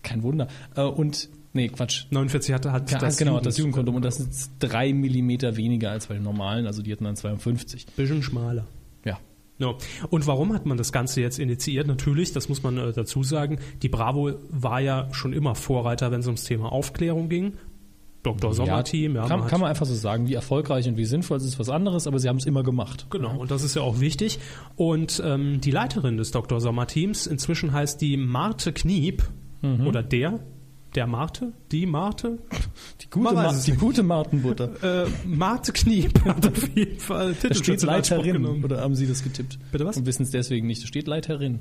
kein Wunder. Äh, und nee, Quatsch.
49 hatte hat
Ja,
das
genau,
Jugend-
das Jugendkondom und das ist drei Millimeter weniger als bei den normalen, also die hatten dann 52.
bisschen schmaler.
Ja,
No. Und warum hat man das Ganze jetzt initiiert? Natürlich, das muss man äh, dazu sagen, die Bravo war ja schon immer Vorreiter, wenn es ums Thema Aufklärung ging. Dr. Sommerteam, ja,
kann,
man hat-
kann man einfach so sagen, wie erfolgreich und wie sinnvoll es ist was anderes, aber sie haben es immer gemacht.
Genau, und das ist ja auch wichtig. Und ähm, die Leiterin des Dr. Sommer-Teams, inzwischen heißt die Marte Kniep,
Mhm.
oder der, der Marte, die Marte,
Die gute,
Man weiß
Ma
es
die gute Martenbutter.
äh, Marte Kniep hat auf jeden Fall
Da steht
Titelschutz in Anspruch
Leiterin
genommen.
oder haben Sie das getippt?
Bitte was?
Und wissen es deswegen nicht. Da steht Leiterin.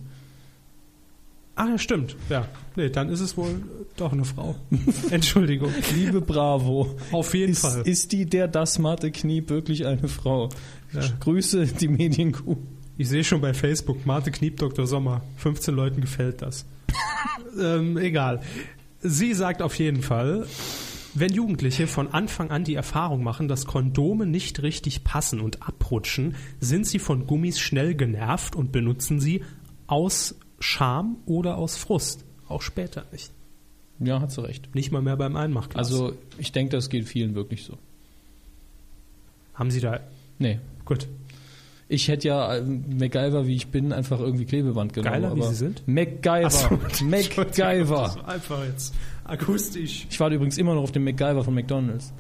Ah, ja, stimmt. Ja. Nee, dann ist es wohl äh, doch eine Frau. Entschuldigung.
Liebe Bravo.
Auf jeden
ist,
Fall.
Ist die der das Marte Knie wirklich eine Frau? Grüße die Medienkuh.
Ich sehe schon bei Facebook, Marte Kniep, Dr. Sommer. 15 Leuten gefällt das. ähm, egal. Sie sagt auf jeden Fall, wenn Jugendliche von Anfang an die Erfahrung machen, dass Kondome nicht richtig passen und abrutschen, sind sie von Gummis schnell genervt und benutzen sie aus Scham oder aus Frust. Auch später nicht.
Ja, hat sie recht.
Nicht mal mehr beim Einmachglas.
Also ich denke, das geht vielen wirklich so.
haben sie da.
Nee.
Gut.
Ich hätte ja ähm, MacGyver, wie ich bin, einfach irgendwie Klebeband genommen.
Geiler, wie
aber
Sie sind?
MacGyver.
Das
MacGyver.
war einfach jetzt. Akustisch.
Ich warte übrigens immer noch auf den MacGyver von McDonalds.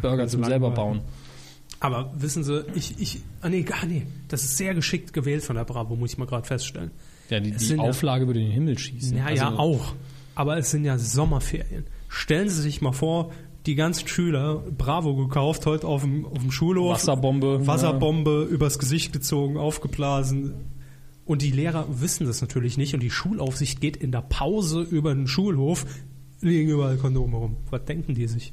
Burger zum
langweilig.
selber bauen.
Aber wissen Sie, ich, ich, ah nee, gar nee, das ist sehr geschickt gewählt von der Bravo, muss ich mal gerade feststellen.
Ja, die,
Es
die
sind ja-
Auflage würde in den Himmel schießen. Also,
Ja, ja, auch. Aber es sind ja Sommerferien. Stellen Sie sich mal vor, die ganzen Schüler, Bravo gekauft, heute auf dem, auf dem Schulhof.
Wasserbombe.
Wasserbombe übers Gesicht gezogen, aufgeblasen. Und die Lehrer wissen das natürlich nicht. Und die Schulaufsicht geht in der Pause über den Schulhof, liegen überall Kondome rum. Was denken die sich?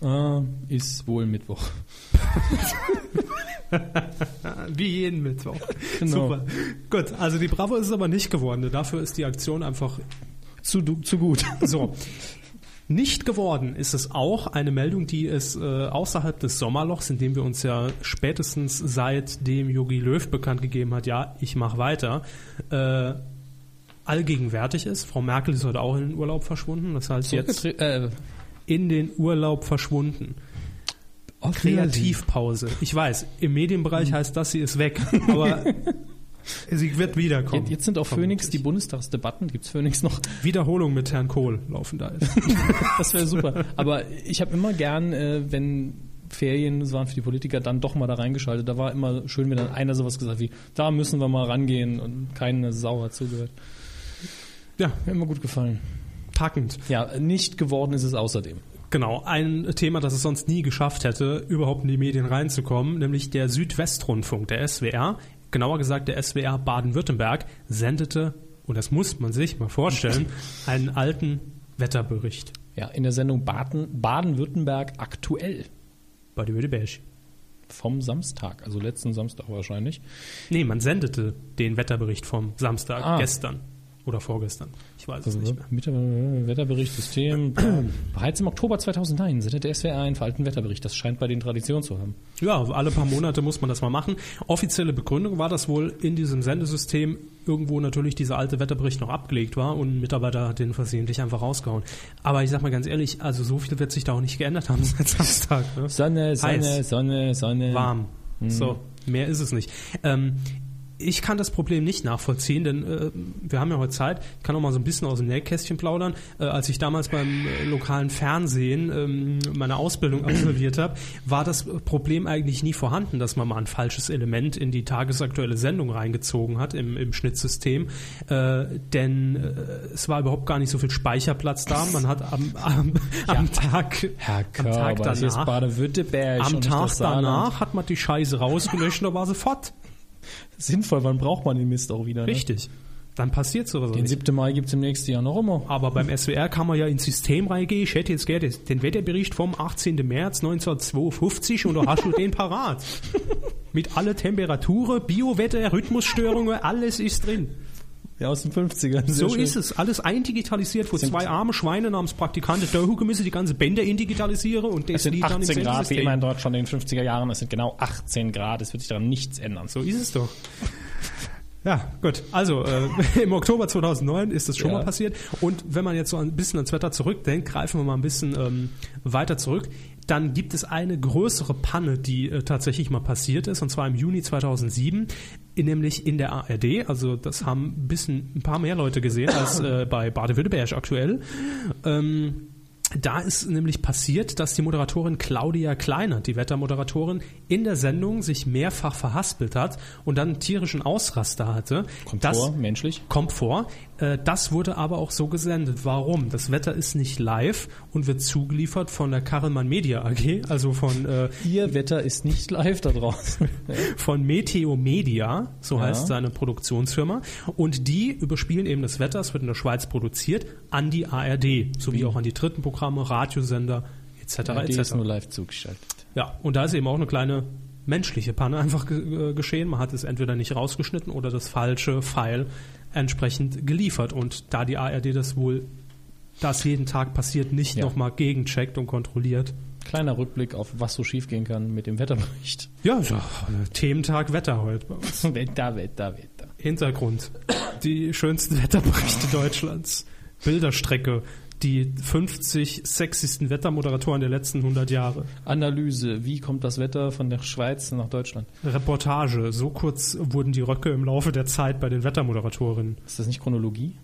Ah, ist wohl Mittwoch.
Wie jeden Mittwoch.
Genau.
Super. Gut, also die Bravo ist es aber nicht geworden. Dafür ist die Aktion einfach
Zu, du- zu gut.
so. Nicht geworden ist es auch eine Meldung, die es äh, außerhalb des Sommerlochs, in dem wir uns ja spätestens seitdem Jogi Löw bekannt gegeben hat, ja, ich mache weiter, äh, allgegenwärtig ist. Frau Merkel ist heute auch in den Urlaub verschwunden. Das heißt jetzt
Zurückgetre- äh,
in den Urlaub verschwunden.
auf Wiedersehen.
Kreativpause. Ich weiß, im Medienbereich heißt das, sie ist weg. Aber Hm. sie wird wiederkommen.
Jetzt, jetzt sind auf Phoenix die Bundestagsdebatten. Gibt's Phoenix noch?
Wiederholung mit Herrn Kohl laufen da ist.
Das wäre super. Aber ich habe immer gern, äh, wenn Ferien das waren für die Politiker, dann doch mal da reingeschaltet. Da war immer schön, wenn dann einer sowas gesagt hat wie, da müssen wir mal rangehen und keine Sau hat zugehört.
Ja.
Mir immer gut gefallen.
Packend.
Ja, nicht geworden ist es außerdem.
Genau, ein Thema, das es sonst nie geschafft hätte, überhaupt in die Medien reinzukommen, nämlich der Südwestrundfunk, der SWR, genauer gesagt der SWR Baden-Württemberg, sendete, und das muss man sich mal vorstellen, einen alten Wetterbericht.
Ja, in der Sendung Baden, Baden-Württemberg aktuell
Badibödibäsch.
vom Samstag, also letzten Samstag wahrscheinlich.
Nee, man sendete den Wetterbericht vom Samstag
Ah. Also, ne?
gestern oder vorgestern. Ich weiß es nicht mehr.
Mit dem Wetterbericht, System. Bereits im Oktober 2009 sendet der SWR einen veralteten Wetterbericht. Das scheint bei den Tradition zu haben.
Ja, also alle paar Monate muss man das mal machen. Offizielle Begründung war, dass wohl in diesem Sendesystem irgendwo natürlich dieser alte Wetterbericht noch abgelegt war und ein Mitarbeiter hat den versehentlich einfach rausgehauen. Aber ich sag mal ganz ehrlich, also so viel wird sich da auch nicht geändert haben seit Samstag. Ne?
Sonne, Sonne,
Heiß.
Sonne, Sonne.
warm.
Mhm.
So, mehr ist es nicht. Ähm, ich kann das Problem nicht nachvollziehen, denn äh, wir haben ja heute Zeit. Ich kann auch mal so ein bisschen aus dem Nähkästchen plaudern. Äh, als ich damals beim äh, lokalen Fernsehen ähm, meine Ausbildung absolviert habe, war das Problem eigentlich nie vorhanden, dass man mal ein falsches Element in die tagesaktuelle Sendung reingezogen hat im, im Schnittsystem. Äh, denn äh, es war überhaupt gar nicht so viel Speicherplatz da. Man hat am, am, am Tag,
Herr
am
Körber,
Tag
das ist
danach
Baden-Württemberg. und
am
nicht
Tag
das Saarland.
danach hat man die Scheiße rausgelöscht und da war sie fort.
Sinnvoll, wann braucht man den Mist auch wieder? Ne?
Richtig. Dann passiert sowas auch
Den
nicht.
7. Mai gibt's im nächsten Jahr noch immer.
Aber beim SWR kann man ja ins System reingehen. Ich hätte jetzt gerne den Wetterbericht vom 18. März 1952 und da hast du den parat. Mit alle Temperaturen, Biowetter, Rhythmusstörungen, alles ist drin.
Ja, aus den 50ern.
So
Sehr schön.
ist es. Alles eindigitalisiert, wo zwei arme Schweine namens Praktikanten Döhuke müssen die ganze Bänder indigitalisieren und das
Es sind
liegt dann im
18 Grad, wie
Sendesystem.
immer in Deutschland in den 50er Jahren. Es sind genau 18 Grad. Es wird sich daran nichts ändern.
So ist es doch. Ja, gut. Also äh, im Oktober 2009 ist das schon
Ja.
mal passiert. Und wenn man jetzt so ein bisschen ans Wetter zurückdenkt, greifen wir mal ein bisschen ähm, weiter zurück. Dann gibt es eine größere Panne, die äh, tatsächlich mal passiert ist, und zwar im Juni 2007, in, nämlich in der ARD. Also das haben ein bisschen ein paar mehr Leute gesehen als äh, bei Baden-Württemberg aktuell. Ähm, da ist nämlich passiert, dass die Moderatorin Claudia Kleinert, die Wettermoderatorin, in der Sendung sich mehrfach verhaspelt hat und dann einen tierischen Ausraster hatte.
Kommt
das
vor, menschlich.
kommt vor. Äh, Das wurde aber auch so gesendet. Warum? Das Wetter ist nicht live und wird zugeliefert von der Karelmann Media AG, also von, äh,
Ihr Wetter ist nicht live da draußen.
von Meteo Media, so
Ja.
heißt seine Produktionsfirma. Und die überspielen eben das Wetter, es wird in der Schweiz produziert, an die ARD, sowie auch an die dritten Programme, Radiosender etc.
Mhm. Die
etc.
ist nur live zugeschaltet.
Ja, und da ist eben auch eine kleine menschliche Panne einfach ge äh, geschehen. Man hat es entweder nicht rausgeschnitten oder das falsche File entsprechend geliefert. Und da die ARD das wohl, das jeden Tag passiert, nicht
Ja.
nochmal gegencheckt und kontrolliert.
Kleiner Rückblick auf, was so schief gehen kann mit dem Wetterbericht.
Ja, ist ja Thementag Wetter heute bei uns.
Wetter, Wetter, Wetter.
Hintergrund. Die schönsten Wetterberichte Deutschlands. Bilderstrecke. Die 50 sexiesten Wettermoderatoren der letzten 100 Jahre.
Analyse, wie kommt das Wetter von der Schweiz nach Deutschland?
Reportage. So kurz wurden die Röcke im Laufe der Zeit bei den Wettermoderatorinnen.
Ist das nicht Chronologie?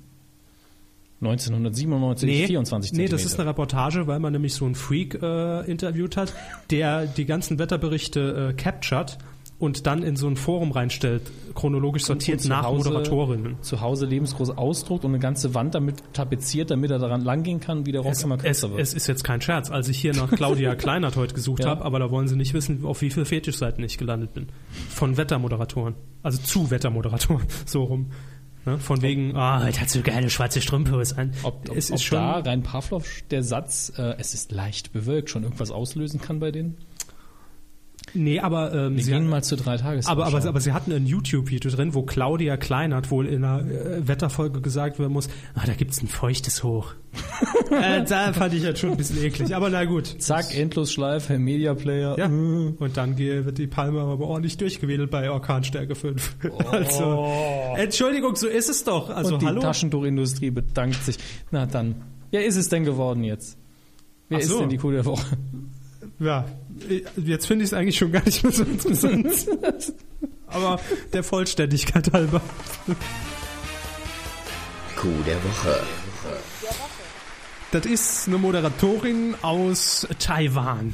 1997, 24
nee, das
Zentimeter.
ist eine Reportage, weil man nämlich so einen Freak äh, interviewt hat, der die ganzen Wetterberichte äh, captured und dann in so ein Forum reinstellt, chronologisch sortiert
zu
nach
Hause-
Moderatorinnen.
Zu Hause lebensgroß ausdruckt und eine ganze Wand damit tapeziert, damit er daran langgehen kann, wie der Rock
Es,
immer
es,
kürzer wird.
es ist jetzt kein Scherz, als ich hier nach Claudia Kleinert heute gesucht
Ja.
habe, aber da wollen sie nicht wissen, auf wie viele Fetischseiten ich gelandet bin. Von Wettermoderatoren. Also zu Wettermoderatoren, so rum. Ne? Von wegen, ah, heute hat so geile schwarze Strümpfe an.
ob ob,
es
ob
ist schon,
da rein Pavlov der Satz, äh, es ist leicht bewölkt, schon irgendwas auslösen kann bei denen?
Nee, aber ähm,
Wir
sie
gehen
hat-
mal zu drei Tages.
aber, aber, aber sie hatten ein YouTube-Video drin, wo Claudia Kleinert wohl in einer äh, Wetterfolge gesagt werden muss, ah, da gibt's ein feuchtes Hoch. äh, da fand ich jetzt schon ein bisschen eklig, aber na gut.
Zack, Endlosschleife, Media Player.
Ja. Mhm. Und dann gehe- wird die Palme aber ordentlich durchgewedelt bei Orkanstärke 5. Also, Entschuldigung, so ist es doch. Also,
Oh. Und die
hallo.
Taschentuchindustrie bedankt sich. Na dann, wer ist es denn geworden jetzt? Wer
Ach
ist
so.
denn die Kuh der Woche?
Ja, jetzt finde ich es eigentlich schon gar nicht mehr so interessant. aber der Vollständigkeit halber.
Kuh der Woche.
Das ist eine Moderatorin aus Taiwan.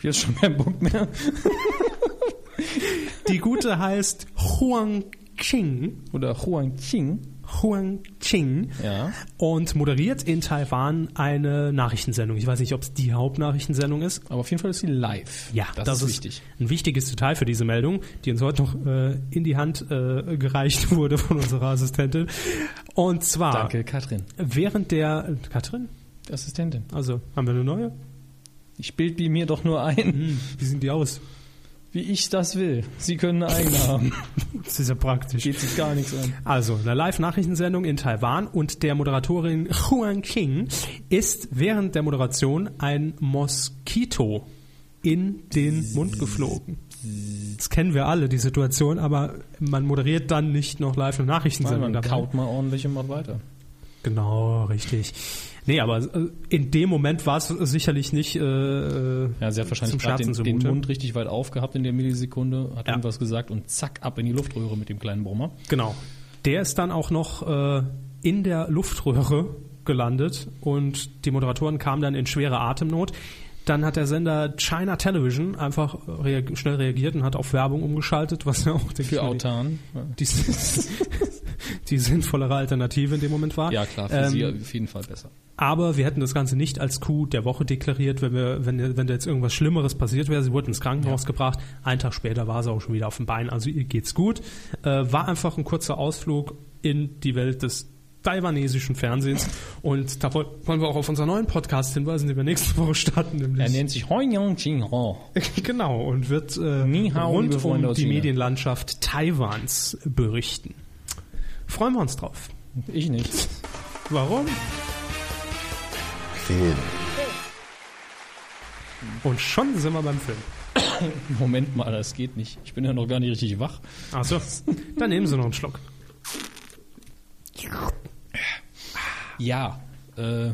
Hier ist schon kein Bock mehr.
Die gute heißt Huang Qing.
Oder Huang Qing.
Huang Qing
Ja.
und moderiert in Taiwan eine Nachrichtensendung. Ich weiß nicht, ob es die Hauptnachrichtensendung ist.
Aber auf jeden Fall ist sie live.
Ja,
das, ist wichtig.
ein wichtiges Detail für diese Meldung, die uns heute noch äh, in die Hand äh, gereicht wurde von unserer Assistentin. Und zwar
Danke, Katrin.
während der Katrin,
Assistentin.
also haben wir eine neue?
Ich bild die mir doch nur ein,
Hm, wie sehen die aus?
wie ich das will. Sie können eine eigene haben.
Das ist ja praktisch.
Geht sich gar nichts an.
Also, eine Live-Nachrichtensendung in Taiwan und der Moderatorin Huang Qing ist während der Moderation ein Moskito in den Mund geflogen. Das kennen wir alle, die Situation, aber man moderiert dann nicht noch live eine Nachrichtensendung.
Man
dabei.
kaut mal ordentlich und macht weiter.
Genau, richtig. Nee, aber äh, in dem Moment war es sicherlich nicht. Äh, äh,
Ja, sie hat wahrscheinlich
zum
gerade den,
Scherzen
den
zumute.
Mund richtig weit aufgehabt in der Millisekunde, hat
Ja.
irgendwas gesagt und zack, ab in die Luftröhre mit dem kleinen Brummer.
Genau. Der ist dann auch noch äh, in der Luftröhre gelandet und die Moderatoren kamen dann in schwere Atemnot. Dann hat der Sender China Television einfach äh, reag schnell reagiert und hat auf Werbung umgeschaltet, was ja auch denke ich
Für
mal,
Autan. Ja.
die, die sinnvollere Alternative in dem Moment war.
Ja, klar, für
Ähm,
sie auf jeden Fall besser.
Aber wir hätten das Ganze nicht als Coup der Woche deklariert, wenn, wir, wenn, wenn da jetzt irgendwas Schlimmeres passiert wäre. Sie wurden ins Krankenhaus gebracht. Einen Tag später war sie auch schon wieder auf dem Bein. Also ihr geht's gut. Äh, war einfach ein kurzer Ausflug in die Welt des taiwanesischen Fernsehens. Und da woll- wollen wir auch auf unseren neuen Podcast hinweisen, den wir nächste Woche starten.
Er
Nämlich.
nennt sich Hoyong Jing Ho.
genau. Und wird äh,
Ni hao, liebe
rund
Freunde
um
aus
die
China.
Medienlandschaft Taiwans berichten. Freuen wir uns drauf.
Ich nicht.
Warum?
Film.
Und schon sind wir beim Film.
Moment mal, das geht nicht. Ich bin ja noch gar nicht richtig wach.
Achso, dann nehmen Sie noch einen Schluck.
Ja, äh,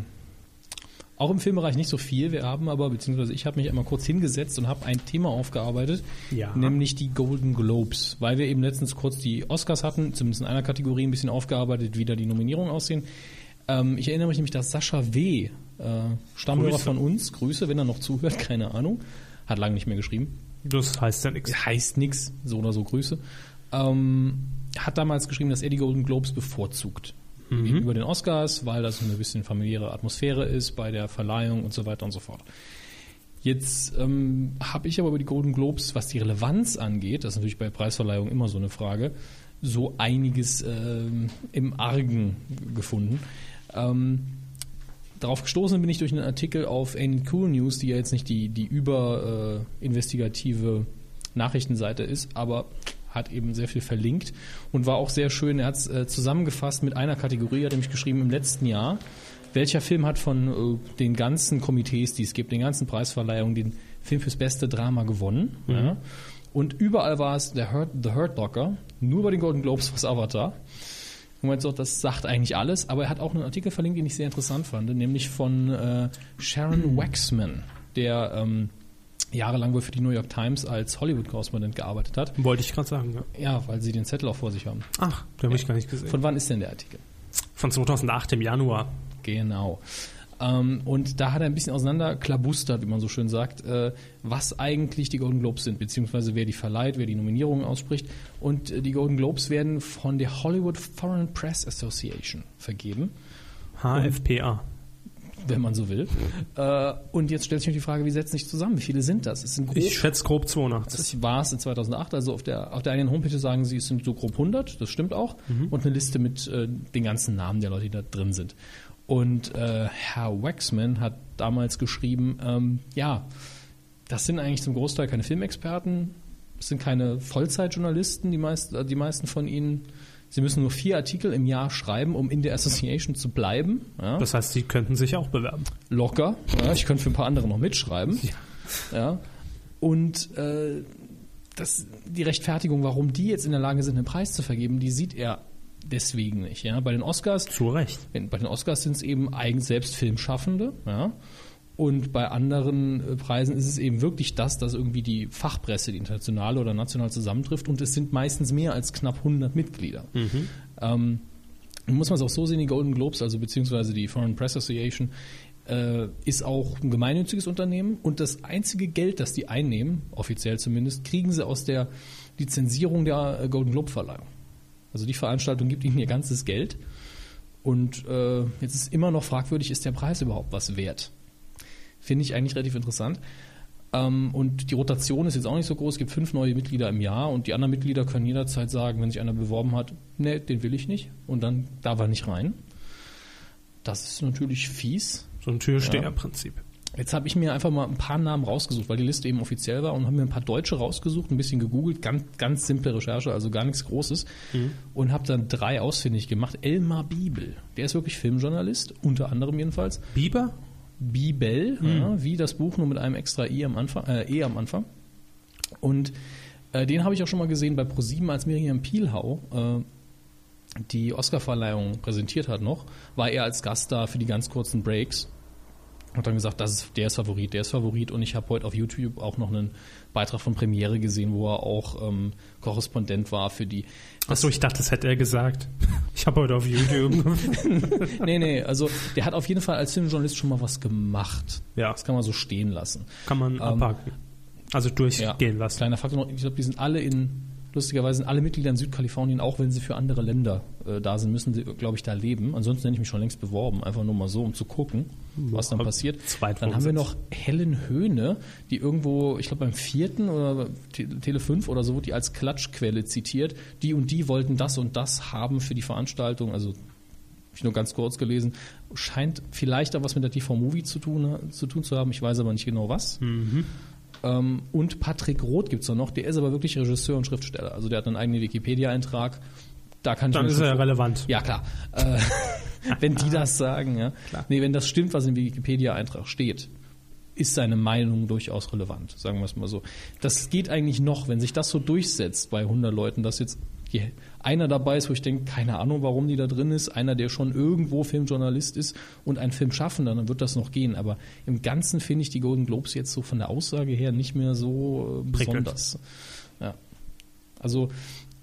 auch im Filmbereich nicht so viel. Wir haben aber, beziehungsweise ich habe mich einmal kurz hingesetzt und habe ein Thema aufgearbeitet,
Ja.
nämlich die Golden Globes, weil wir eben letztens kurz die Oscars hatten, zumindest in einer Kategorie ein bisschen aufgearbeitet, wie da die Nominierungen aussehen. Ähm, ich erinnere mich nämlich, dass Sascha W., äh, Stammhörer
Grüße.
von uns, Grüße, wenn er noch zuhört, keine Ahnung, hat lange nicht mehr geschrieben,
Das heißt ja nichts.
heißt nix, so oder so Grüße, ähm, hat damals geschrieben, dass er die Golden Globes bevorzugt. Gegenüber den Oscars, weil das eine bisschen familiäre Atmosphäre ist bei der Verleihung und so weiter und so fort. Jetzt ähm, habe ich aber über die Golden Globes, was die Relevanz angeht, das ist natürlich bei Preisverleihungen immer so eine Frage, so einiges ähm, im Argen gefunden. Ähm, Darauf gestoßen bin ich durch einen Artikel auf Ain't It Cool News, die ja jetzt nicht die, die überinvestigative äh, investigative Nachrichtenseite ist, aber hat eben sehr viel verlinkt und war auch sehr schön. Er hat es äh, zusammengefasst mit einer Kategorie, hat nämlich geschrieben im letzten Jahr, welcher Film hat von äh, den ganzen Komitees, die es gibt, den ganzen Preisverleihungen, den Film fürs beste Drama gewonnen. Ja. Und überall war es der Hurt, The Hurt Locker, nur bei den Golden Globes war es Avatar. Und man sagt, das sagt eigentlich alles, aber er hat auch einen Artikel verlinkt, den ich sehr interessant fand, nämlich von äh, Sharon Waxman, der ähm, jahrelang wohl für die New York Times als Hollywood-Korrespondent gearbeitet hat.
Wollte ich gerade sagen. Ja.
Ja, weil sie den Zettel auch vor sich haben.
Ach, den habe ich gar nicht gesehen.
Von wann ist denn der Artikel?
Von 2008 im Januar.
Genau. Ähm, und da hat er ein bisschen auseinanderklabustert, wie man so schön sagt, äh, was eigentlich die Golden Globes sind, beziehungsweise wer die verleiht, wer die Nominierungen ausspricht. Und äh, die Golden Globes werden von der Hollywood Foreign Press Association vergeben.
HFPA.
wenn man so will. Äh, und jetzt stellt sich natürlich die Frage, wie setzen sich zusammen? Wie viele sind das? Es sind grob,
Ich schätze grob 82.
Oh. das war es in 2008. Also auf der, auf der eigenen Homepage sagen sie, es sind so grob 100, das stimmt auch.
Mhm.
Und eine Liste mit äh, den ganzen Namen der Leute, die da drin sind. Und äh, Herr Waxman hat damals geschrieben, ähm, ja, Das sind eigentlich zum Großteil keine Filmexperten, es sind keine Vollzeitjournalisten, die, meist, äh, die meisten von ihnen. Sie müssen nur vier Artikel im Jahr schreiben, um in der Association zu bleiben. Ja,
Das heißt, sie könnten sich auch bewerben.
locker. Ja, ich könnte für ein paar andere noch mitschreiben. Ja. Und äh, das, die Rechtfertigung, warum die jetzt in der Lage sind, einen Preis zu vergeben, die sieht er deswegen nicht. Ja. Bei den Oscars
Zu Recht.
in- Bei den Oscars sind es eben eigens selbst Filmschaffende, ja. Und bei anderen äh, Preisen ist es eben wirklich das, dass irgendwie die Fachpresse, die internationale oder national zusammentrifft. Und es sind meistens mehr als knapp 100 Mitglieder. Ähm, nun muss man es auch so sehen, die Golden Globes, also beziehungsweise die Foreign Press Association, äh, ist auch ein gemeinnütziges Unternehmen. Und das einzige Geld, das die einnehmen, offiziell zumindest, kriegen sie aus der Lizenzierung der äh, Golden Globe Verleihung. Also die Veranstaltung gibt ihnen ihr ganzes Geld. Und äh, jetzt ist immer noch fragwürdig, ist der Preis überhaupt was wert? Finde ich eigentlich relativ interessant. Ähm, und die Rotation ist jetzt auch nicht so groß. Es gibt fünf neue Mitglieder im Jahr und die anderen Mitglieder können jederzeit sagen, wenn sich einer beworben hat, nee, den will ich nicht und dann darf er nicht rein. Das ist natürlich fies.
So ein Türsteherprinzip.
Jetzt habe ich mir einfach mal ein paar Namen rausgesucht, weil die Liste eben offiziell war und habe mir ein paar Deutsche rausgesucht, ein bisschen gegoogelt, ganz, ganz simple Recherche, also gar nichts Großes und habe dann drei ausfindig gemacht. Elmar Biebel, der ist wirklich Filmjournalist, unter anderem jedenfalls.
Biber?
Bibel, ja, wie das Buch nur mit einem extra I am Anfang, äh, E am Anfang. Und äh, den habe ich auch schon mal gesehen bei ProSieben, als Miriam Pielhau äh, die Oscarverleihung präsentiert hat noch, war er als Gast da für die ganz kurzen Breaks. Und dann gesagt, das ist, der ist Favorit, der ist Favorit. Und ich habe heute auf YouTube auch noch einen Beitrag von Premiere gesehen, wo er auch ähm, Korrespondent war für die
Achso, ich dachte, das hätte er gesagt. Ich habe heute auf YouTube.
nee, nee, also der hat auf jeden Fall als Filmjournalist schon mal was gemacht.
Ja.
Das kann man so stehen lassen.
Kann man abhaken. Also durchgehen lassen.
Ähm, Kleiner Faktor noch, ich glaube, die sind alle in, lustigerweise sind alle Mitglieder in Südkalifornien, auch wenn sie für andere Länder äh, da sind, müssen sie, glaube ich, da leben. Ansonsten hätte ich mich schon längst beworben, einfach nur mal so, um zu gucken, was dann
hab-
passiert.
Zweitwohnsitz.
Dann haben wir noch Helen Höhne, die irgendwo, ich glaube beim vierten oder Te- Tele 5 oder so, wurde die als Klatschquelle zitiert. Die und die wollten das und das haben für die Veranstaltung, also ich nur ganz kurz gelesen, scheint vielleicht auch was mit der TV-Movie zu tun, ne, zu tun zu haben, ich weiß aber nicht genau was.
Mhm.
Ähm, und Patrick Roth gibt's da noch, der ist aber wirklich Regisseur und Schriftsteller. Also der hat einen eigenen Wikipedia-Eintrag. Da kann ich
Dann
mir
ist
schon
er ja
vor-
relevant.
Ja, klar. Äh, wenn die das sagen, ja. Nee, wenn das stimmt, was im Wikipedia-Eintrag steht, ist seine Meinung durchaus relevant, sagen wir es mal so. Das geht eigentlich noch, wenn sich das so durchsetzt bei 100 Leuten, dass jetzt die- einer dabei ist, wo ich denke, keine Ahnung, warum die da drin ist, einer, der schon irgendwo Filmjournalist ist und ein Film schaffen, dann wird das noch gehen. Aber im Ganzen finde ich die Golden Globes jetzt so von der Aussage her nicht mehr so äh,
Prickelnd.
besonders. Ja. Also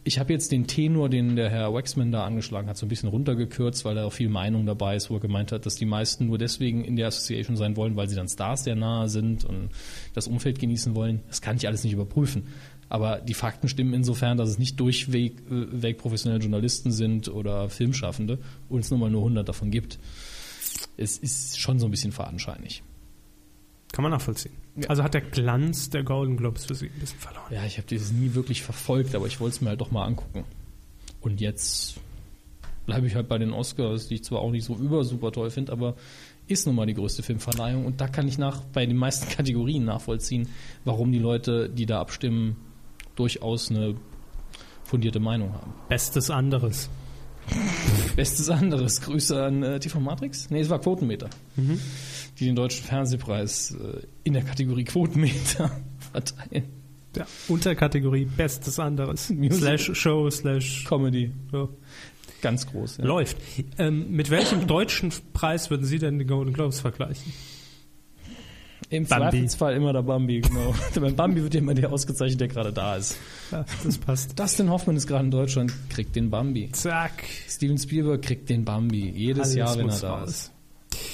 ich habe jetzt den Tenor, den der Herr Waxman da angeschlagen hat, so ein bisschen runtergekürzt, weil da auch viel Meinung dabei ist, wo er gemeint hat, dass die meisten nur deswegen in der Association sein wollen, weil sie dann Stars sehr nahe sind und das Umfeld genießen wollen. Das kann ich alles nicht überprüfen. Aber die Fakten stimmen insofern, dass es nicht durchweg äh, weg professionelle Journalisten sind oder Filmschaffende und es nur mal nur 100 davon gibt. Es ist schon so ein bisschen fadenscheinig.
Kann man nachvollziehen. Also hat der Glanz der Golden Globes für sie ein bisschen verloren.
Ja, ich habe dieses nie wirklich verfolgt, aber ich wollte es mir halt doch mal angucken. Und jetzt bleibe ich halt bei den Oscars, die ich zwar auch nicht so über super toll finde, aber ist nun mal die größte Filmverleihung und da kann ich nach bei den meisten Kategorien nachvollziehen, warum die Leute, die da abstimmen, durchaus eine fundierte Meinung haben.
Bestes anderes.
Bestes anderes. Grüße an äh, TV Matrix. Nee, es war Quotenmeter. Die den deutschen Fernsehpreis äh, in der Kategorie Quotenmeter verteilen.
Der Unterkategorie Bestes anderes.
Musical.
Slash Show, slash
Comedy.
ja.
Ganz groß. Ja.
läuft. Ähm, mit welchem deutschen Preis würden Sie denn die Golden Globes vergleichen?
Im
Bambi.
Zweifelsfall immer der Bambi, genau. Beim Bambi wird ja immer der ausgezeichnet, der gerade da ist.
das passt.
Dustin Hoffmann ist gerade in Deutschland, kriegt den Bambi.
Zack.
Steven Spielberg kriegt den Bambi. Jedes
Alles
Jahr, wenn er
muss
da
raus.
ist.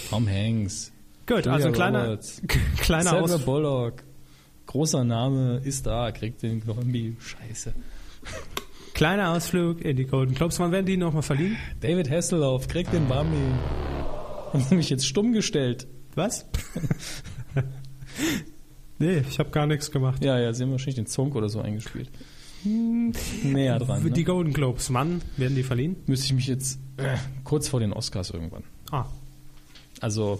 Tom Hanks.
Gut, also ein kleiner,
Roberts.
kleiner
Sandra
Aus.
Bullock. Großer Name ist da, kriegt den Bambi. Scheiße.
Kleiner Ausflug in die Golden Globes. Wann werden die nochmal verliehen?
David Hasselhoff kriegt den Bambi. Haben sie mich jetzt stumm gestellt?
Was? nee, ich habe gar nichts gemacht.
Ja, ja, sie haben wahrscheinlich den Zonk oder so eingespielt. Näher dran.
Hm. Die
Ne?
Golden Globes, wann werden die verliehen?
Müsste ich mich jetzt äh, kurz vor den Oscars irgendwann.
Ah,
Also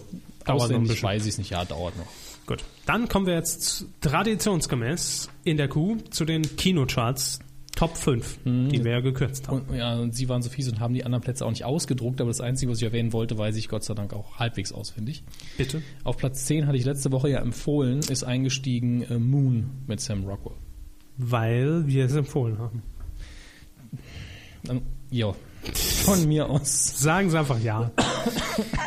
Dauert noch ein
auswendig
bisschen.
weiß ich es nicht. Ja, dauert noch.
Gut. Dann kommen wir jetzt zu- traditionsgemäß in der Kuh zu den Kinocharts Top 5, die wir ja gekürzt haben.
Und, ja, und sie waren so fies und haben die anderen Plätze auch nicht ausgedruckt, aber das Einzige, was ich erwähnen wollte, weiß ich Gott sei Dank auch halbwegs auswendig.
Bitte.
Auf Platz 10 hatte ich letzte Woche ja empfohlen, ist eingestiegen äh, Moon mit Sam Rockwell.
Weil wir es empfohlen haben.
Ähm, ja, von mir aus.
Sagen Sie einfach ja.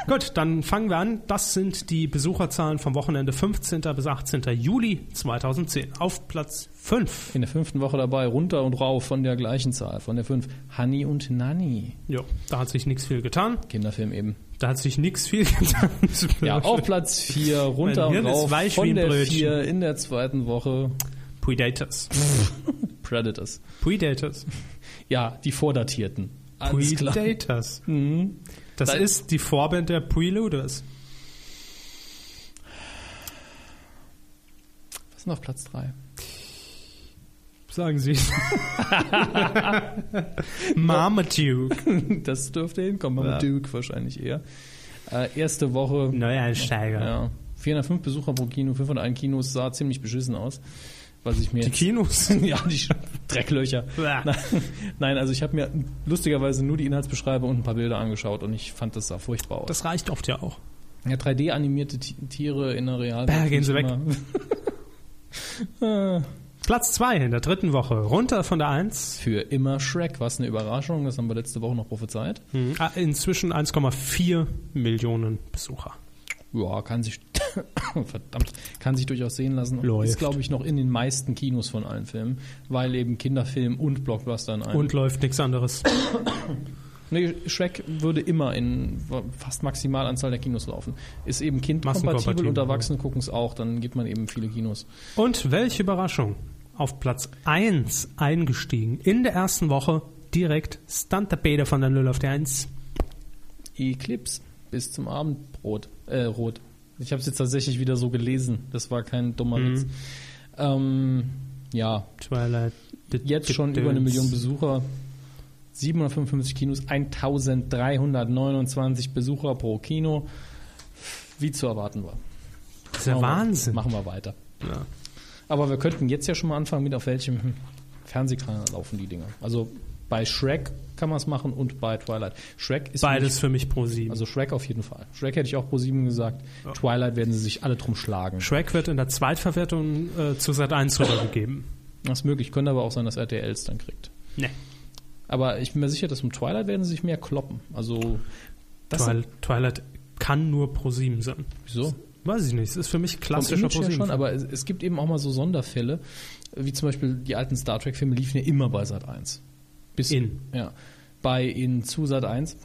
Gut, dann fangen wir an. Das sind die Besucherzahlen vom Wochenende 15. bis 18. Juli 2010. Auf Platz 5.
In der fünften Woche dabei, runter und rauf von der gleichen Zahl, von der 5. Honey und Nanny.
Ja, da hat sich nichts viel getan.
Kinderfilm eben.
Da hat sich nichts viel getan.
Ja, auf Platz 4,
Mein
runter und
Hirn ist
rauf
weich wie
von
ein
der
Brötchen.
4 in der zweiten Woche
Predators.
Predators.
Predators.
Ja, die vordatierten. Alles klar. Mhm.
Predators. Das
Da-
ist die Vorband der Preluders.
Was ist denn auf Platz 3?
Sagen Sie. Marmaduke.
Das dürfte hinkommen, aber
Ja.
Duke wahrscheinlich eher. Äh, erste Woche,
Neuansteiger.
ja, 405 Besucher pro Kino, 501 Kinos, sah ziemlich beschissen aus. Was ich mir
Die
jetzt-
Kinos.
ja, die Sch- Drecklöcher.
Bäh.
Nein, Nein, also ich habe mir lustigerweise nur die Inhaltsbeschreibung und ein paar Bilder angeschaut und ich fand, das sah furchtbar aus.
Das reicht oft ja auch.
ja, 3D-animierte Ti- Tiere in der Real.
Bäh, gehen sie weg.
Äh,
Platz 2 in der dritten Woche. Runter von der 1.
Für immer Shrek. Was eine Überraschung, das haben wir letzte Woche noch prophezeit.
Ah, Inzwischen 1,4 Millionen Besucher.
Ja, kann sich verdammt, kann sich durchaus sehen lassen. Und
Läuft.
Ist glaube ich noch in den meisten Kinos von allen Filmen, weil eben Kinderfilm und Blockbuster in einem.
Und läuft nichts anderes.
nee, Shrek würde immer in fast Maximalanzahl der Kinos laufen. Ist eben kindkompatibel
Massenkompatibel,
und
ja.
Erwachsene gucken es auch, dann gibt man eben viele Kinos.
Und welche Überraschung. Auf Platz 1 eingestiegen. In der ersten Woche direkt Stunt-Tapete von der 0 auf der 1.
Eclipse bis zum Abendbrot. Äh, rot. Ich habe es jetzt tatsächlich wieder so gelesen. Das war kein dummer
Mhm.
Witz. Ähm, ja,
Twilight.
jetzt schon über eine Million Besucher. 755 Kinos, 1329 Besucher pro Kino. Wie zu erwarten war.
Das ist ja
Machen wir-
Wahnsinn.
Machen wir weiter.
Ja.
Aber wir könnten jetzt ja schon mal anfangen, mit auf welchem hm, Fernsehkanal laufen die Dinger. Also bei Shrek kann man es machen und bei Twilight. Shrek ist
Beides
für
für mich pro
mich-
7.
Also Shrek auf jeden Fall. Shrek hätte ich auch pro 7 gesagt. Twilight werden sie sich alle drum schlagen.
Shrek wird in der Zweitverwertung äh, zu Sat 1 rübergegeben.
Das ist möglich. Könnte aber auch sein, dass RTL es dann kriegt.
Nee.
Aber ich bin mir sicher, dass um Twilight werden sie sich mehr kloppen. Also das
Twilight, Twilight kann nur pro 7 sein.
wieso?
Weiß ich nicht. Es ist für mich
Vom
klassischer
Image
pro
her
7.
schon, aber es, es gibt eben auch mal so Sonderfälle, wie zum Beispiel die alten Star Trek Filme liefen ja immer bei Sat 1. Bis
In.
Ja. Bei in zu Sat 1.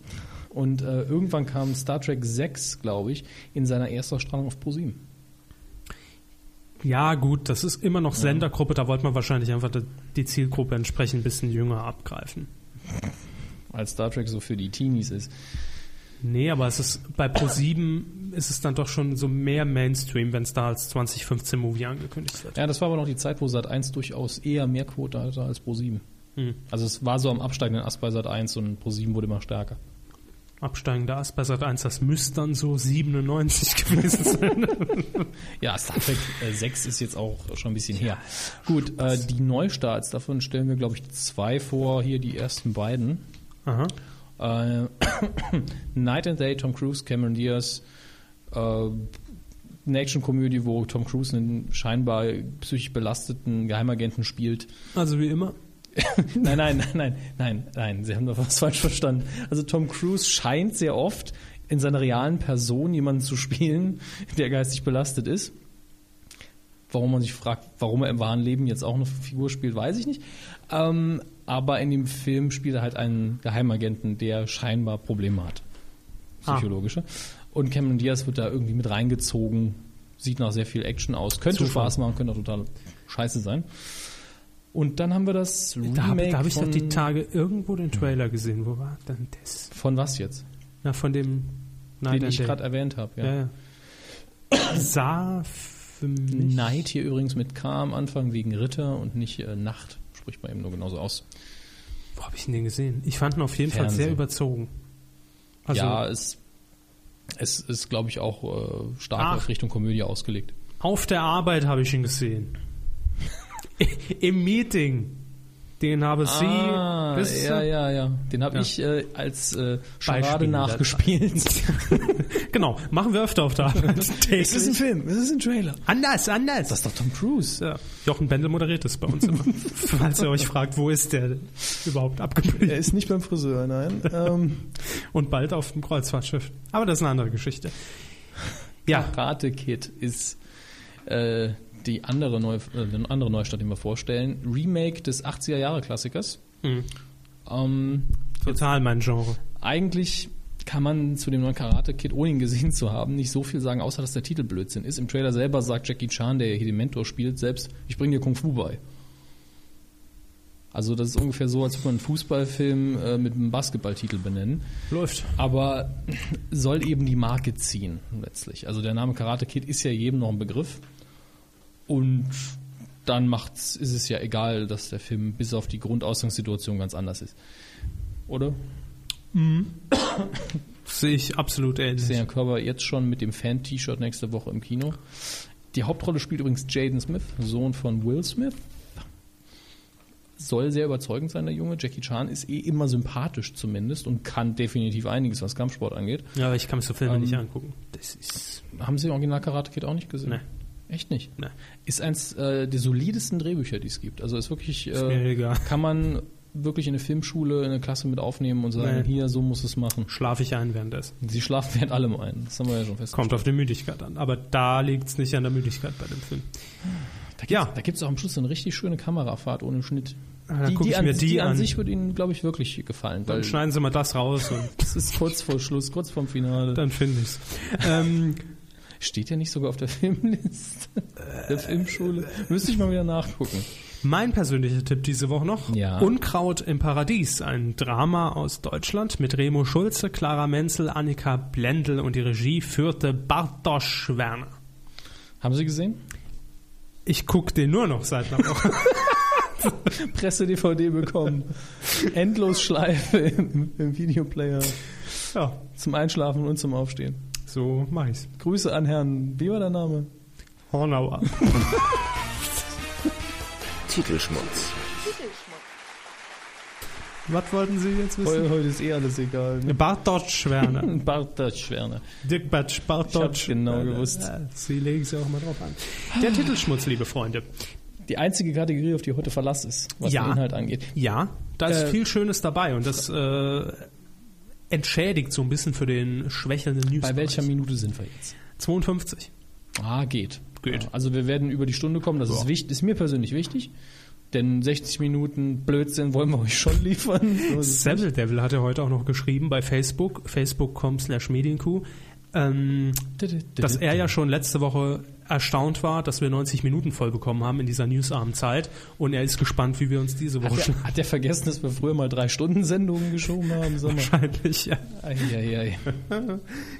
Und äh, irgendwann kam Star Trek 6, glaube ich, in seiner Erstausstrahlung auf Pro 7.
Ja, gut, das ist immer noch Sendergruppe, da wollte man wahrscheinlich einfach die- die Zielgruppe entsprechend ein bisschen jünger abgreifen.
Als Star Trek so für die Teenies ist.
Nee, aber es ist bei Pro7 ist es dann doch schon so mehr Mainstream, wenn es da als 2015 Movie angekündigt wird.
Ja, das war aber noch die Zeit, wo Sat 1 durchaus eher mehr Quote hatte als Pro 7.
Hm.
Also es war so am absteigenden Ast bei Sat 1 und Pro 7 wurde immer stärker.
Absteigender Ast bei Sat 1, das müsste dann so 97 gewesen sein.
Ja, Star Trek äh, 6 ist jetzt auch schon ein bisschen her. Gut, äh, die Neustarts, davon stellen wir, glaube ich, zwei vor, hier die ersten beiden.
Aha.
Äh, Night and Day, Tom Cruise, Cameron Diaz, äh, eine Action-Komödie, wo Tom Cruise einen scheinbar psychisch belasteten Geheimagenten spielt.
Also wie immer.
Nein, nein, nein, nein, nein, nein, Sie haben doch was falsch verstanden. Also Tom Cruise scheint sehr oft in seiner realen Person jemanden zu spielen, der geistig belastet ist. Warum man sich fragt, warum er im wahren Leben jetzt auch eine Figur spielt, weiß ich nicht. Ähm, aber in dem Film spielt er halt einen Geheimagenten, der scheinbar Probleme hat.
Ah.
Psychologische. Und Cameron Diaz wird da irgendwie mit reingezogen. Sieht nach sehr viel Action aus. Könnte
Zufall.
Spaß machen, könnte auch total scheiße sein. Und dann haben wir das Remake
Da habe hab ich doch
von,
die Tage irgendwo den Trailer gesehen. Wo war denn das?
von was jetzt?
Na, von dem Night
den
and
ich
Day.
gerade erwähnt habe. Ja.
Ja, ja. Sah für mich.
Night hier übrigens mit K am Anfang wegen Ritter und nicht äh, Nacht. Spricht man eben nur genauso aus.
Wo habe ich ihn denn gesehen? Ich fand ihn auf jeden Fall
Fernsehen.
sehr überzogen. Also,
ja, es, es ist, glaube ich, auch äh, stark
Ach.
auf Richtung Komödie ausgelegt.
Auf der Arbeit habe ich ihn gesehen. Im Meeting. Den habe sie.
Ah,
Wisst
ja,
ihr?
ja, ja. Den habe ich äh, als äh, Scharade
Beispiel.
nachgespielt.
Genau, machen wir öfter auf der Arbeit. Täglich.
Film, es ist ein Trailer.
Anders, anders.
Das ist doch Tom Cruise.
ja. Jochen Bendel moderiert das bei uns immer. Falls ihr euch fragt, wo ist der denn überhaupt abgebildet?
Er ist nicht beim Friseur, nein. ähm,
Und bald auf dem Kreuzfahrtschiff. Aber das ist eine andere Geschichte. Ja,
Karate Kid ist äh, die andere, Neu äh, eine andere Neustadt, die wir vorstellen. Remake des 80er-Jahre-Klassikers.
Mhm.
Ähm,
total mein Genre.
eigentlich kann man zu dem neuen Karate Kid, ohne ihn gesehen zu haben, nicht so viel sagen, außer dass der Titel Blödsinn ist. Im Trailer selber sagt Jackie Chan, der hier den Mentor spielt, selbst, ich bringe dir Kung Fu bei. Also das ist ungefähr so, als würde man einen Fußballfilm äh, mit einem Basketballtitel benennen.
Läuft.
Aber soll eben die Marke ziehen, letztlich. Also der Name Karate Kid ist ja jedem noch ein Begriff. Und dann macht's, ist es ja egal, dass der Film bis auf die Grundausgangssituation ganz anders ist. Oder?
Sehe ich absolut ähnlich.
Sehe Körber jetzt schon mit dem Fan-T-Shirt nächste Woche im Kino. Die Hauptrolle spielt übrigens Jaden Smith, Sohn von Will Smith. Soll sehr überzeugend sein, der Junge. Jackie Chan ist eh immer sympathisch zumindest und kann definitiv einiges, was Kampfsport angeht.
Ja, aber ich kann mir so Filme
Ähm,
nicht angucken. Das ist.
Haben Sie Original Karate Kid auch nicht gesehen?
Ne,
Echt nicht?
ne.
Ist eins äh, der solidesten Drehbücher, die es gibt. Also ist wirklich, äh,
mir egal.
kann man wirklich in eine Filmschule, in eine Klasse mit aufnehmen und sagen,
Nee.
hier, so muss es machen.
Schlafe ich ein während des.
Sie schlafen während allem ein. Das haben wir ja schon festgestellt.
Kommt auf die Müdigkeit an. Aber da liegt es nicht an der Müdigkeit bei dem Film.
Da gibt's,
Ja.
da gibt's auch am Schluss so eine richtig schöne Kamerafahrt ohne Schnitt.
dann guck ich
an,
mir die an.
sich würde Ihnen, glaube ich, wirklich gefallen, weil
Dann schneiden sie mal das raus und
das ist kurz vor Schluss, kurz vorm Finale.
dann finde ich's. Ähm,
Steht ja nicht sogar auf der Filmliste der Filmschule. Müsste ich mal wieder nachgucken.
Mein persönlicher Tipp diese Woche noch:
Ja.
Unkraut im Paradies, ein Drama aus Deutschland mit Remo Schulze, Clara Menzel, Annika Blendl und die Regie führte Bartosch Werner.
Haben Sie gesehen?
Ich gucke den nur noch seit einer Woche.
Presse-DVD bekommen. Endlosschleife im, im Videoplayer.
ja,
Zum Einschlafen und zum Aufstehen.
so mach ich's.
Grüße an Herrn, wie war der Name?
Hornauer.
Titelschmutz.
Was wollten Sie jetzt wissen?
Heu, heute ist eh alles egal. Ne?
Bartosch Werner.
Bartosz Werner.
Dirk Batsch,
Ich hab's
Bartosch.
genau gewusst.
Ja, Äh, Sie legen es ja auch mal drauf an. Der Titelschmutz, liebe Freunde.
Die einzige Kategorie, auf die heute Verlass ist, was
Ja.
den Inhalt angeht.
Ja, da ist
Äh,
viel Schönes dabei und das äh, entschädigt so ein bisschen für den schwächelnden News.
Bei welcher Minute sind wir jetzt?
52.
Ah, geht.
Geht.
Ja, Also wir werden über die Stunde kommen, das ist, wichtig, ist mir persönlich wichtig. Denn 60 Minuten Blödsinn wollen wir euch schon liefern. So ist es.
Seville Devil hat ja heute auch noch geschrieben bei Facebook, facebook.com slash medienkuh, ähm, dass er ja schon letzte Woche erstaunt war, dass wir 90 Minuten voll bekommen haben in dieser newsarmen Zeit und er ist gespannt, wie wir uns diese Woche
hat
schon
er, hat er vergessen, dass wir früher mal drei Stunden Sendungen geschoben haben? Sag mal.
wahrscheinlich. Ja.
Eieiei.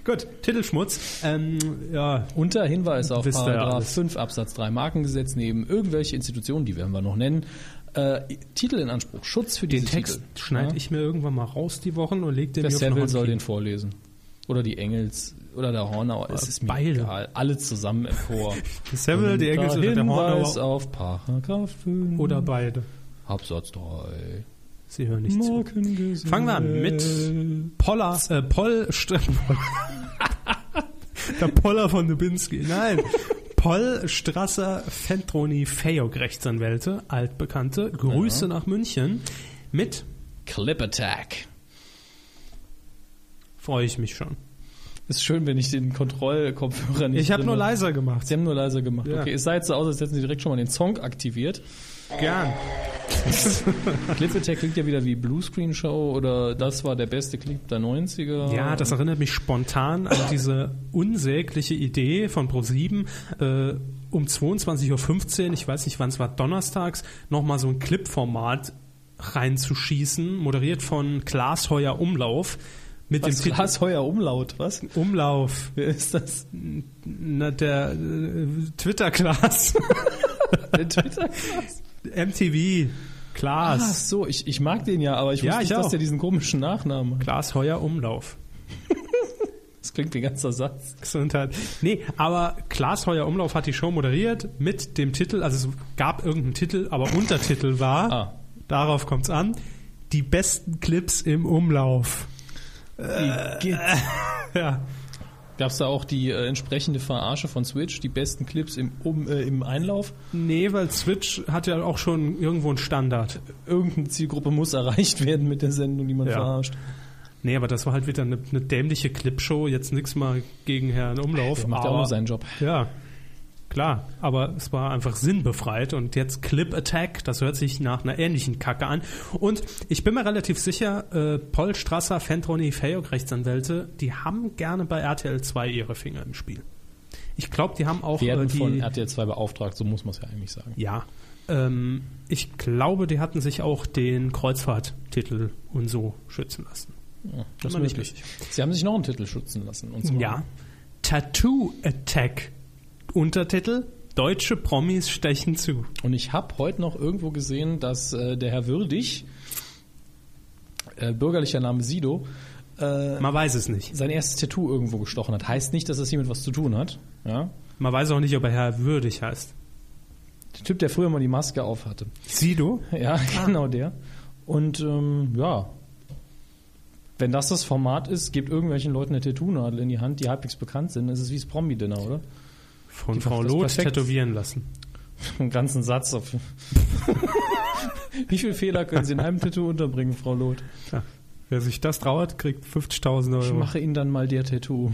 Gut, Titelschmutz. Ähm, ja,
Unter Hinweis auf
Wisst ihr ja
Paragraph
alles.
5 Absatz 3 Markengesetz neben irgendwelche Institutionen, die werden wir noch nennen, äh, Titel in Anspruch, Schutz für
den
diese
Text
Titel.
schneide
Ja?
ich mir irgendwann mal raus die Wochen und leg den
Der
mir auf
Seville
eine
soll
Handkante.
den vorlesen. Oder die Engels oder der Hornauer. Es ist mir
beide.
egal. Alle zusammen im Chor.
Seville, die Engels oder der
Hinweis
Hornauer.
auf Paragraph 5.
Oder beide.
Absatz 3.
Sie hören nicht zu.
Markengesetz.
Fangen wir an mit Poller, äh, Poll, St der Poller von Dubinski. Nein. Poll, Strasser, Fentroni, Fayok, Rechtsanwälte, Altbekannte, Grüße nach München. Mit
Clip Attack.
freue ich mich schon.
Ist schön, wenn ich den Kontrollkopfhörer nicht
Ich habe
drin
nur leiser gemacht.
Sie haben nur leiser gemacht.
Ja.
Okay, es sah jetzt so aus, als hätten Sie direkt schon mal den Song aktiviert.
Gern.
Clip Attack klingt ja wieder wie Blue Screen Show oder das war der beste Clip der 90er.
Ja, das erinnert mich spontan an diese unsägliche Idee von Pro7 äh, um 22.15 Uhr, ich weiß nicht wann es war, donnerstags, nochmal so ein Clip-Format reinzuschießen, moderiert von Klaas Heuer Umlauf mit
Was,
dem
Klaas Heuer Umlaut, was?
Titel Umlauf,
Wer ist das?
na, der äh, Twitter-Klaas,
Der Twitter?
MTV,
Ach
Klaas,
so, ich, ich mag den ja, aber ich
Ja,
wusste
ich
nicht, dass
auch.
der diesen komischen Nachnamen hat.
Klaas Heuer Umlauf.
Das klingt wie ein ganzer Satz.
Gesundheit. Nee, aber Klaas Heuer Umlauf hat die Show moderiert mit dem Titel, also es gab irgendeinen Titel, aber Untertitel war,
Ah.
darauf kommt's an, die besten Clips im Umlauf. Ja.
Gab es da auch die äh, entsprechende Verarsche von Switch, die besten Clips im, um, äh, im Einlauf?
Nee, weil Switch hat ja auch schon irgendwo einen Standard.
Irgendeine Zielgruppe muss erreicht werden mit der Sendung, die man
Ja.
verarscht.
Nee, aber das war halt wieder eine, eine dämliche Clipshow, jetzt nix mal gegen Herrn Umlauf.
Der macht ja auch
aber-
nur seinen Job.
Ja, klar, aber es war einfach sinnbefreit und jetzt Clip Attack, das hört sich nach einer ähnlichen Kacke an. Und ich bin mir relativ sicher, äh, Paul Strasser, Fentroni, Fayok, Rechtsanwälte, die haben gerne bei RTL 2 ihre Finger im Spiel. Ich glaube, die haben auch äh,
Werden
die
von RTL 2 beauftragt, so muss man es ja eigentlich sagen.
ja. Ähm, ich glaube, die hatten sich auch den Kreuzfahrttitel und so schützen lassen.
Das
Immer
ist
nicht
möglich. Sie haben sich noch einen Titel schützen lassen. Und zwar
Ja. Tattoo Attack. Untertitel Deutsche Promis stechen zu.
Und ich habe heute noch irgendwo gesehen, dass äh, der Herr Würdig, äh, bürgerlicher Name Sido, äh,
Man weiß es nicht.
sein erstes Tattoo irgendwo gestochen hat. Heißt nicht, dass das jemand was zu tun hat. Ja?
Man weiß auch nicht, ob er Herr Würdig heißt.
Der Typ, der früher mal die Maske aufhatte.
Sido?
Ja, genau der. Und ähm, ja, wenn das das Format ist, gibt irgendwelchen Leuten eine Tattoo-Nadel in die Hand, die halbwegs bekannt sind. Es ist wie das Promi-Dinner, oder?
Von
Die
Frau
macht das
Loth
perfekt.
tätowieren lassen.
Einen ganzen Satz auf. wie viele Fehler können Sie in einem Tattoo unterbringen, Frau Loth?
Ja. Wer sich das trauert, kriegt 50.000
Ich
Euro.
mache Ihnen dann mal der Tattoo.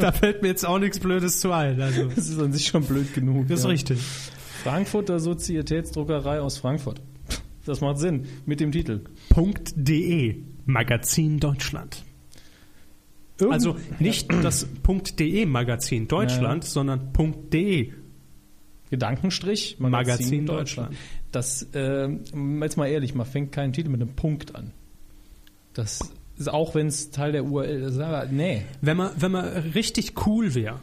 Da fällt mir jetzt auch nichts Blödes zu ein. Also,
Das ist an sich schon blöd genug.
das ist
ja.
richtig.
Frankfurter Sozietätsdruckerei aus Frankfurt. Das macht Sinn. Mit dem Titel.
.de E, Magazin Deutschland.
Irgend-
Also nicht das .de Magazin Deutschland, sondern .de.
Gedankenstrich
Magazin Deutschland.
Das, ähm, jetzt mal ehrlich, man fängt keinen Titel mit einem Punkt an. Das ist auch wenn es Teil der URL ist. Aber nee.
Wenn man, wenn man richtig cool wäre,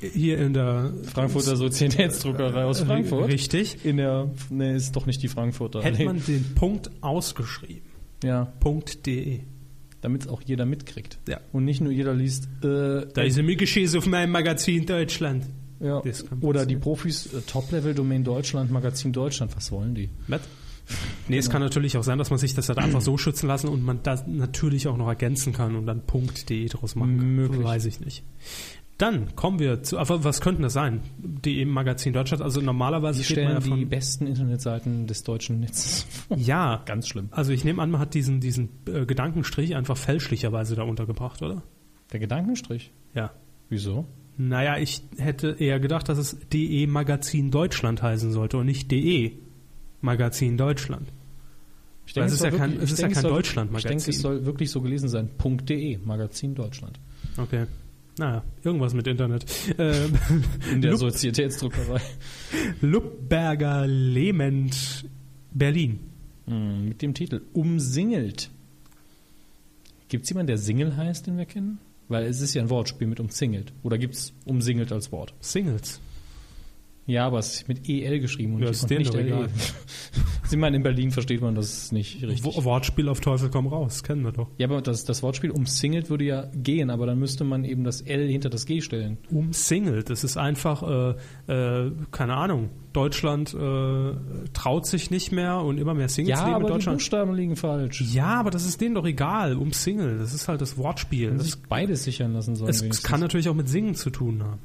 hier in der
Frankfurter Sozietätsdruckerei aus Frankfurt.
Äh, Richtig.
In der, nee, ist doch nicht die Frankfurter.
Hätte
nee.
man den Punkt ausgeschrieben. E.
ja,
.de.
damit es auch jeder mitkriegt.
Ja.
Und nicht nur jeder liest, äh,
Da ist ein Mickey auf meinem Magazin Deutschland.
ja.
das kann
oder
passieren.
die Profis, äh, Top-Level-Domain Deutschland, Magazin Deutschland, was wollen die?
Was? Nee, es kann natürlich auch sein, dass man sich das halt einfach so schützen lassen und man das natürlich auch noch ergänzen kann und dann .de draus machen kann.
Möglich.
Weiß ich nicht. Dann kommen wir zu, aber was könnten das sein? Die im Magazin Deutschland, also normalerweise
Die
geht man ja
stellen die
von,
besten Internetseiten des deutschen Netzes vor.
ja,
Ganz schlimm.
also ich nehme an, man hat diesen, diesen äh, Gedankenstrich einfach fälschlicherweise da untergebracht, oder?
Der Gedankenstrich.
Ja.
Wieso?
Naja, ich hätte eher gedacht, dass es DE Magazin Deutschland heißen sollte und nicht DE Magazin Deutschland.
Ich
Weil es ist
soll
ja kein- es
wirklich- ich
ist ja
denke,
kein
soll-
Deutschland-Magazin.
Ich denke, es soll wirklich so gelesen sein. .de, Magazin Deutschland.
Okay. Naja, irgendwas mit Internet. Ähm,
In der
Lup-
Sozietätsdruckerei.
Lupberger Lehment, Berlin.
Hm, Mit dem Titel Umsingelt. Gibt es jemanden, der Single heißt, den wir kennen? Weil es ist ja ein Wortspiel mit umzingelt. Oder gibt es umsingelt als Wort?
Singles.
Ja, aber es ist mit EL geschrieben und
Ja,
die
ist
kommt
denen doch
LE.
egal.
Sie meinen, in Berlin versteht man das nicht richtig.
Wo- Wortspiel auf Teufel komm raus, kennen wir doch.
Ja, aber das, das Wortspiel umsingelt würde ja gehen, aber dann müsste man eben das L hinter das G stellen.
Umsingelt, Um das ist einfach, äh, äh, keine Ahnung, Deutschland äh, traut sich nicht mehr und immer mehr Singles
Ja,
leben in
aber die
Deutschland.
Buchstaben liegen falsch.
Ja, aber das ist denen doch egal, umsingelt, das ist halt das Wortspiel.
Wenn
Das
sich beides sichern lassen sollen.
Es, es
wenigstens.
kann natürlich auch mit Singen zu tun haben.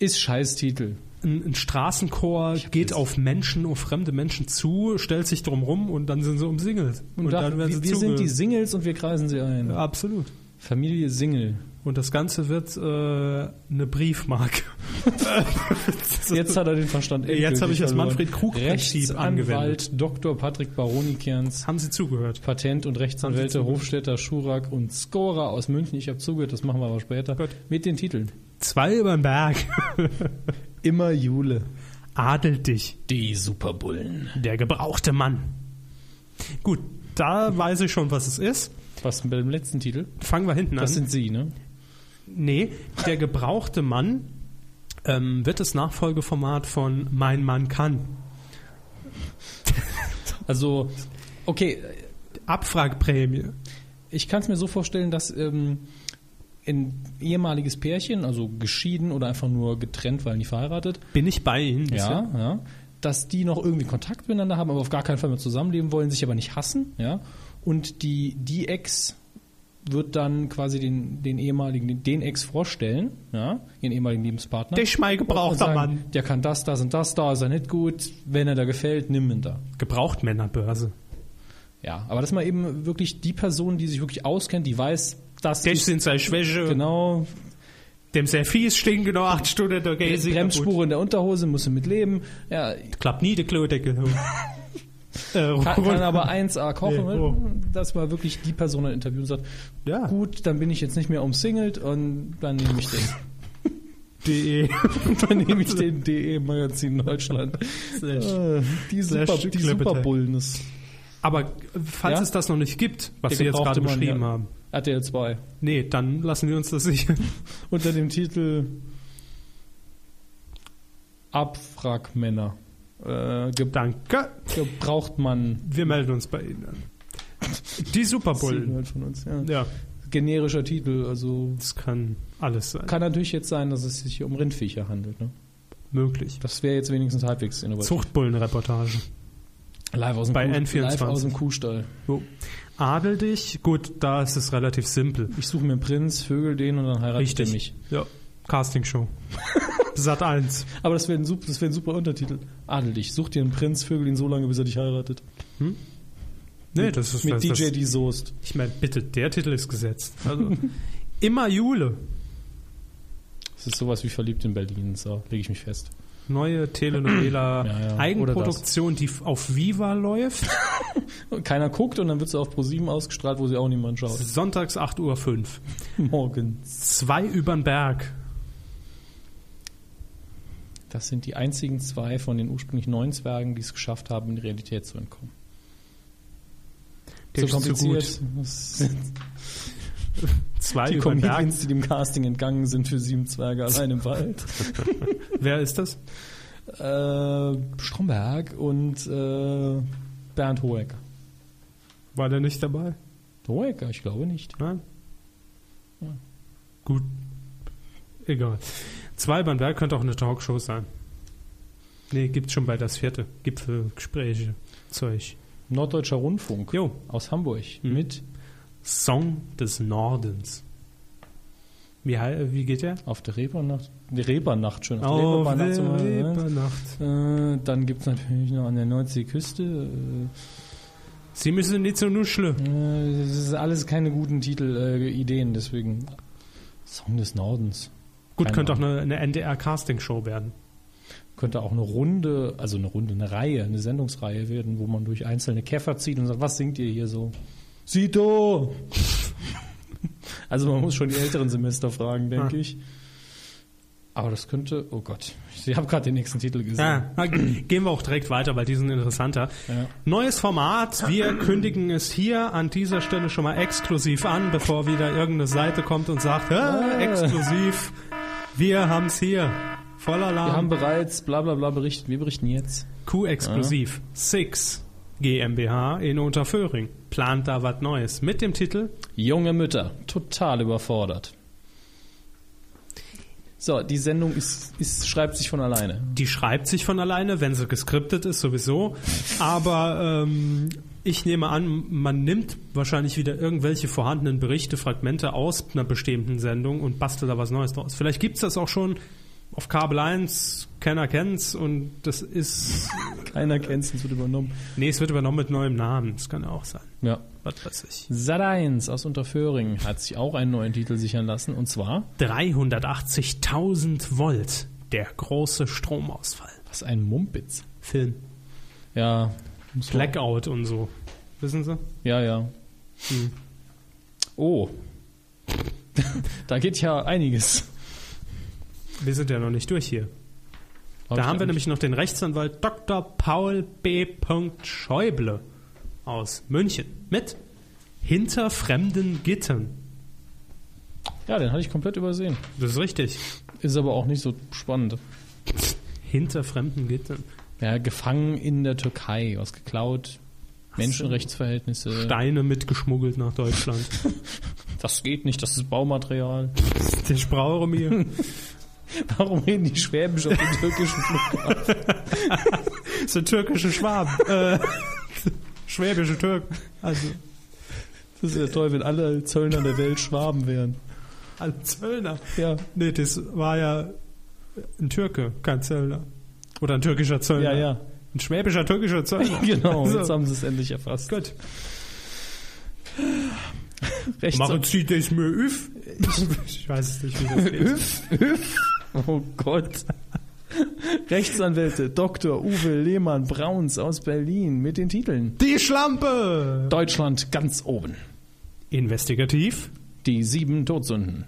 ist Scheißtitel.
Ein, ein Straßenchor geht auf Menschen, auf fremde Menschen zu, stellt sich drum rum und dann sind sie umsingelt.
Und, da,
dann werden
wir,
sie
wir sind die
zugehört.
Singles und wir kreisen sie ein.
Ja, Absolut.
Familie Single.
Und das Ganze wird äh, eine Briefmarke. Das-
Jetzt hat er den Verstand
Jetzt
endgültig
habe ich das
verloren.
Manfred-Krug-Prinzip angewendet.
Rechtsanwalt Dr. Patrick Baronikerns,
haben sie zugehört.
Patent-
Haben
und
Sie
Rechtsanwälte
zugehört?
Hofstädter, Schurak und Skora aus München. Ich habe zugehört, das machen wir aber später.
Gut.
Mit den Titeln.
Zwei über den Berg.
Immer Jule.
Adelt dich.
Die Superbullen.
Der gebrauchte Mann. Gut, da weiß ich schon, was es ist.
Was denn bei dem letzten Titel?
Fangen wir hinten an.
Das sind sie, ne?
Nee, der gebrauchte Mann ähm, wird das Nachfolgeformat von Mein Mann kann.
Also, okay,
Abfragprämie.
Ich kann es mir so vorstellen, dass ähm, ein ehemaliges Pärchen, also geschieden oder einfach nur getrennt, weil nicht verheiratet,
Bin ich bei Ihnen?
ja, ja, dass die noch irgendwie Kontakt miteinander haben, aber auf gar keinen Fall mehr zusammenleben wollen, sich aber nicht hassen, ja. Und die, die Ex wird dann quasi den, den ehemaligen, den, den Ex vorstellen, ja, ihren ehemaligen Lebenspartner.
Der ist mein
Und
gebrauchter
sagen,
Mann.
Der kann das, das und das, da ist er nicht gut. Wenn er da gefällt, nimm ihn da.
Gebrauchtmännerbörse.
Ja, aber dass man eben wirklich die Person, die sich wirklich auskennt, die weiß, das
Das
ist
sind seine Schwäche.
genau
Dem sehr fies stehen genau acht Stunden. Da geht sie kaputt.
Bremsspure in der Unterhose, muss mit leben. Ja,
Klappt nie der Klodeckel. äh,
kann, kann aber 1A kochen,
Nee, oh.
dass man wirklich die Person dann interviewt und sagt,
Ja.
gut, dann bin ich jetzt nicht mehr umsingelt und dann nehme ich den.
De.
dann nehme ich den DE-Magazin Deutschland. Äh, die
Slash
Super, die
Clippertech.
Superbullen ist
Aber äh, falls
Ja?
es das noch nicht gibt, was
der
Sie jetzt gerade
gebrauchte Mann,
beschrieben
ja.
haben,
RTL 2.
nee, dann lassen wir uns das sicher.
Unter dem Titel Abfragmänner. Äh, ge
Danke.
gebraucht man
Wir melden uns bei Ihnen. Die Superbullen.
Sieben halt von uns. Ja.
Ja,
Generischer Titel, also
das kann alles sein.
kann natürlich jetzt sein, dass es sich hier um Rindviecher handelt. Ne?
Möglich.
Das wäre jetzt wenigstens halbwegs innovativ.
Zuchtbullen-Reportage.
Live aus dem,
Bei
Kuh,
N24.
live aus dem Kuhstall.
So. Adel dich. Gut, da ist es relativ simpel.
Ich suche mir einen Prinz, vögel den und dann heirate
Richtig.
ich mich.
Ja. Castingshow. Sat 1.
Aber das wäre ein, sup- das wär ein super Untertitel. Adel dich, such dir einen Prinz, vögel ihn so lange, bis er dich heiratet.
Nee, das ist
Mit
das,
DJ
das,
Die Soest.
Ich meine, bitte, der Titel ist gesetzt. Also, immer Jule.
Das ist sowas wie verliebt in Berlin, so lege ich mich fest.
Neue Telenovela
Ja, ja. Oder
Eigenproduktion, die f- auf Viva läuft.
Und keiner guckt und dann wird sie auf ProSieben ausgestrahlt, wo sie auch niemand schaut.
Sonntags 8.05 Uhr.
Hm. Morgens.
Zwei übern Berg.
Das sind die einzigen zwei von den ursprünglich neun Zwergen, die es geschafft haben, in die Realität zu entkommen.
Der ist zu
Das sind
Zwei
die
übern Berg.
Comedians, die dem Casting entgangen sind für sieben Zwerge allein im Wald.
Wer ist das?
Äh, Stromberg und äh, Bernd Hohecker.
War der nicht dabei?
Hohecker, ich glaube nicht.
Nein? Gut. Egal. Zwei übern Berg könnte auch eine Talkshow sein. Nee, gibt's schon bei das vierte. Gipfelgespräche. Zeug.
Norddeutscher Rundfunk
Jo.
aus Hamburg
Mhm.
mit
Song des Nordens. Wie, hei- wie geht der?
auf der Reepernacht. Die Reepernacht schon. der Reepernacht sind wir, ne?
Nacht.
Äh, dann gibt es natürlich noch an der Nordseeküste.
Sie müssen nicht so nuschle.
Äh, äh, das ist alles keine guten Titel, äh, Ideen, deswegen. Song des Nordens.
Gut,
Keine
könnte auch
Ahnung.
eine, eine NDR-Casting-Show werden.
Könnte auch eine Runde, also eine Runde, eine Reihe, eine Sendungsreihe werden, wo man durch einzelne Käfer zieht und sagt, was singt ihr hier so? Sito! also man muss schon die älteren Semester fragen, denke
Ah.
ich. Aber das könnte, oh Gott, ich habe gerade den nächsten Titel gesehen.
Ah, na, gehen wir auch direkt weiter, weil die sind interessanter.
Ja.
Neues Format. Wir kündigen es hier an dieser Stelle schon mal exklusiv an, bevor wieder irgendeine Seite kommt und sagt, "Hä,
Äh.
exklusiv, wir haben's hier. Voller
Wir haben
Alarm.
bereits bla bla bla berichtet, wir berichten jetzt.
Q-Exklusiv. Six GmbH in Unterföhring. Plant da was Neues. Mit dem Titel
Junge Mütter, total überfordert. So, die Sendung ist, ist, schreibt sich von alleine.
die schreibt sich von alleine, wenn sie geskriptet ist, sowieso. Aber ähm, ich nehme an, man nimmt wahrscheinlich wieder irgendwelche vorhandenen Berichte, Fragmente aus einer bestehenden Sendung und bastelt da was Neues draus. Vielleicht gibt's das auch schon auf Kabel 1, keiner kennt's und das ist.
Keiner kennt es, wird übernommen.
Nee, es wird übernommen mit neuem Namen. Das kann ja auch sein.
Ja.
Was weiß ich.
Sat1 aus Unterföhring hat sich auch einen neuen Titel sichern lassen und zwar,
380.000 Volt. Der große Stromausfall.
was ein Mumpitz.
Film.
Ja, muss man-
Blackout und so. Wissen Sie?
Ja, ja. Hm. Oh. da geht ja einiges.
Wir sind ja noch nicht durch hier. Da
ne-
haben wir nämlich noch den Rechtsanwalt Dr. Paul B. Schäuble aus München mit Hinter fremden Gittern.
Ja, den hatte ich komplett übersehen.
Das ist richtig.
Ist aber auch nicht so spannend.
Hinter fremden Gittern.
Ja, gefangen in der Türkei, was geklaut, Menschenrechtsverhältnisse.
Steine mitgeschmuggelt nach Deutschland.
Das geht nicht, das ist Baumaterial.
Ich brauche mir.
Warum reden die Schwäbisch auf dem türkischen Flughafen?
Das sind türkische Schwaben. äh, schwäbische Türken. Also,
Das wäre toll, wenn alle Zöllner der Welt Schwaben wären.
alle Zöllner.
Ja.
Nee, das war ja ein Türke, kein Zöllner. Oder ein türkischer Zöllner.
Ja, ja.
Ein schwäbischer, türkischer Zöllner.
Genau, jetzt
Also,
haben sie es endlich erfasst.
Gut.
Rechts
Machen Sie das mir öff? Ich weiß es nicht, wie das geht.
Öff, öff. Oh Gott. Rechtsanwälte Dr. Uwe Lehmann Brauns aus Berlin mit den Titeln
Die Schlampe!
Deutschland ganz oben.
Investigativ,
Die sieben Todsünden.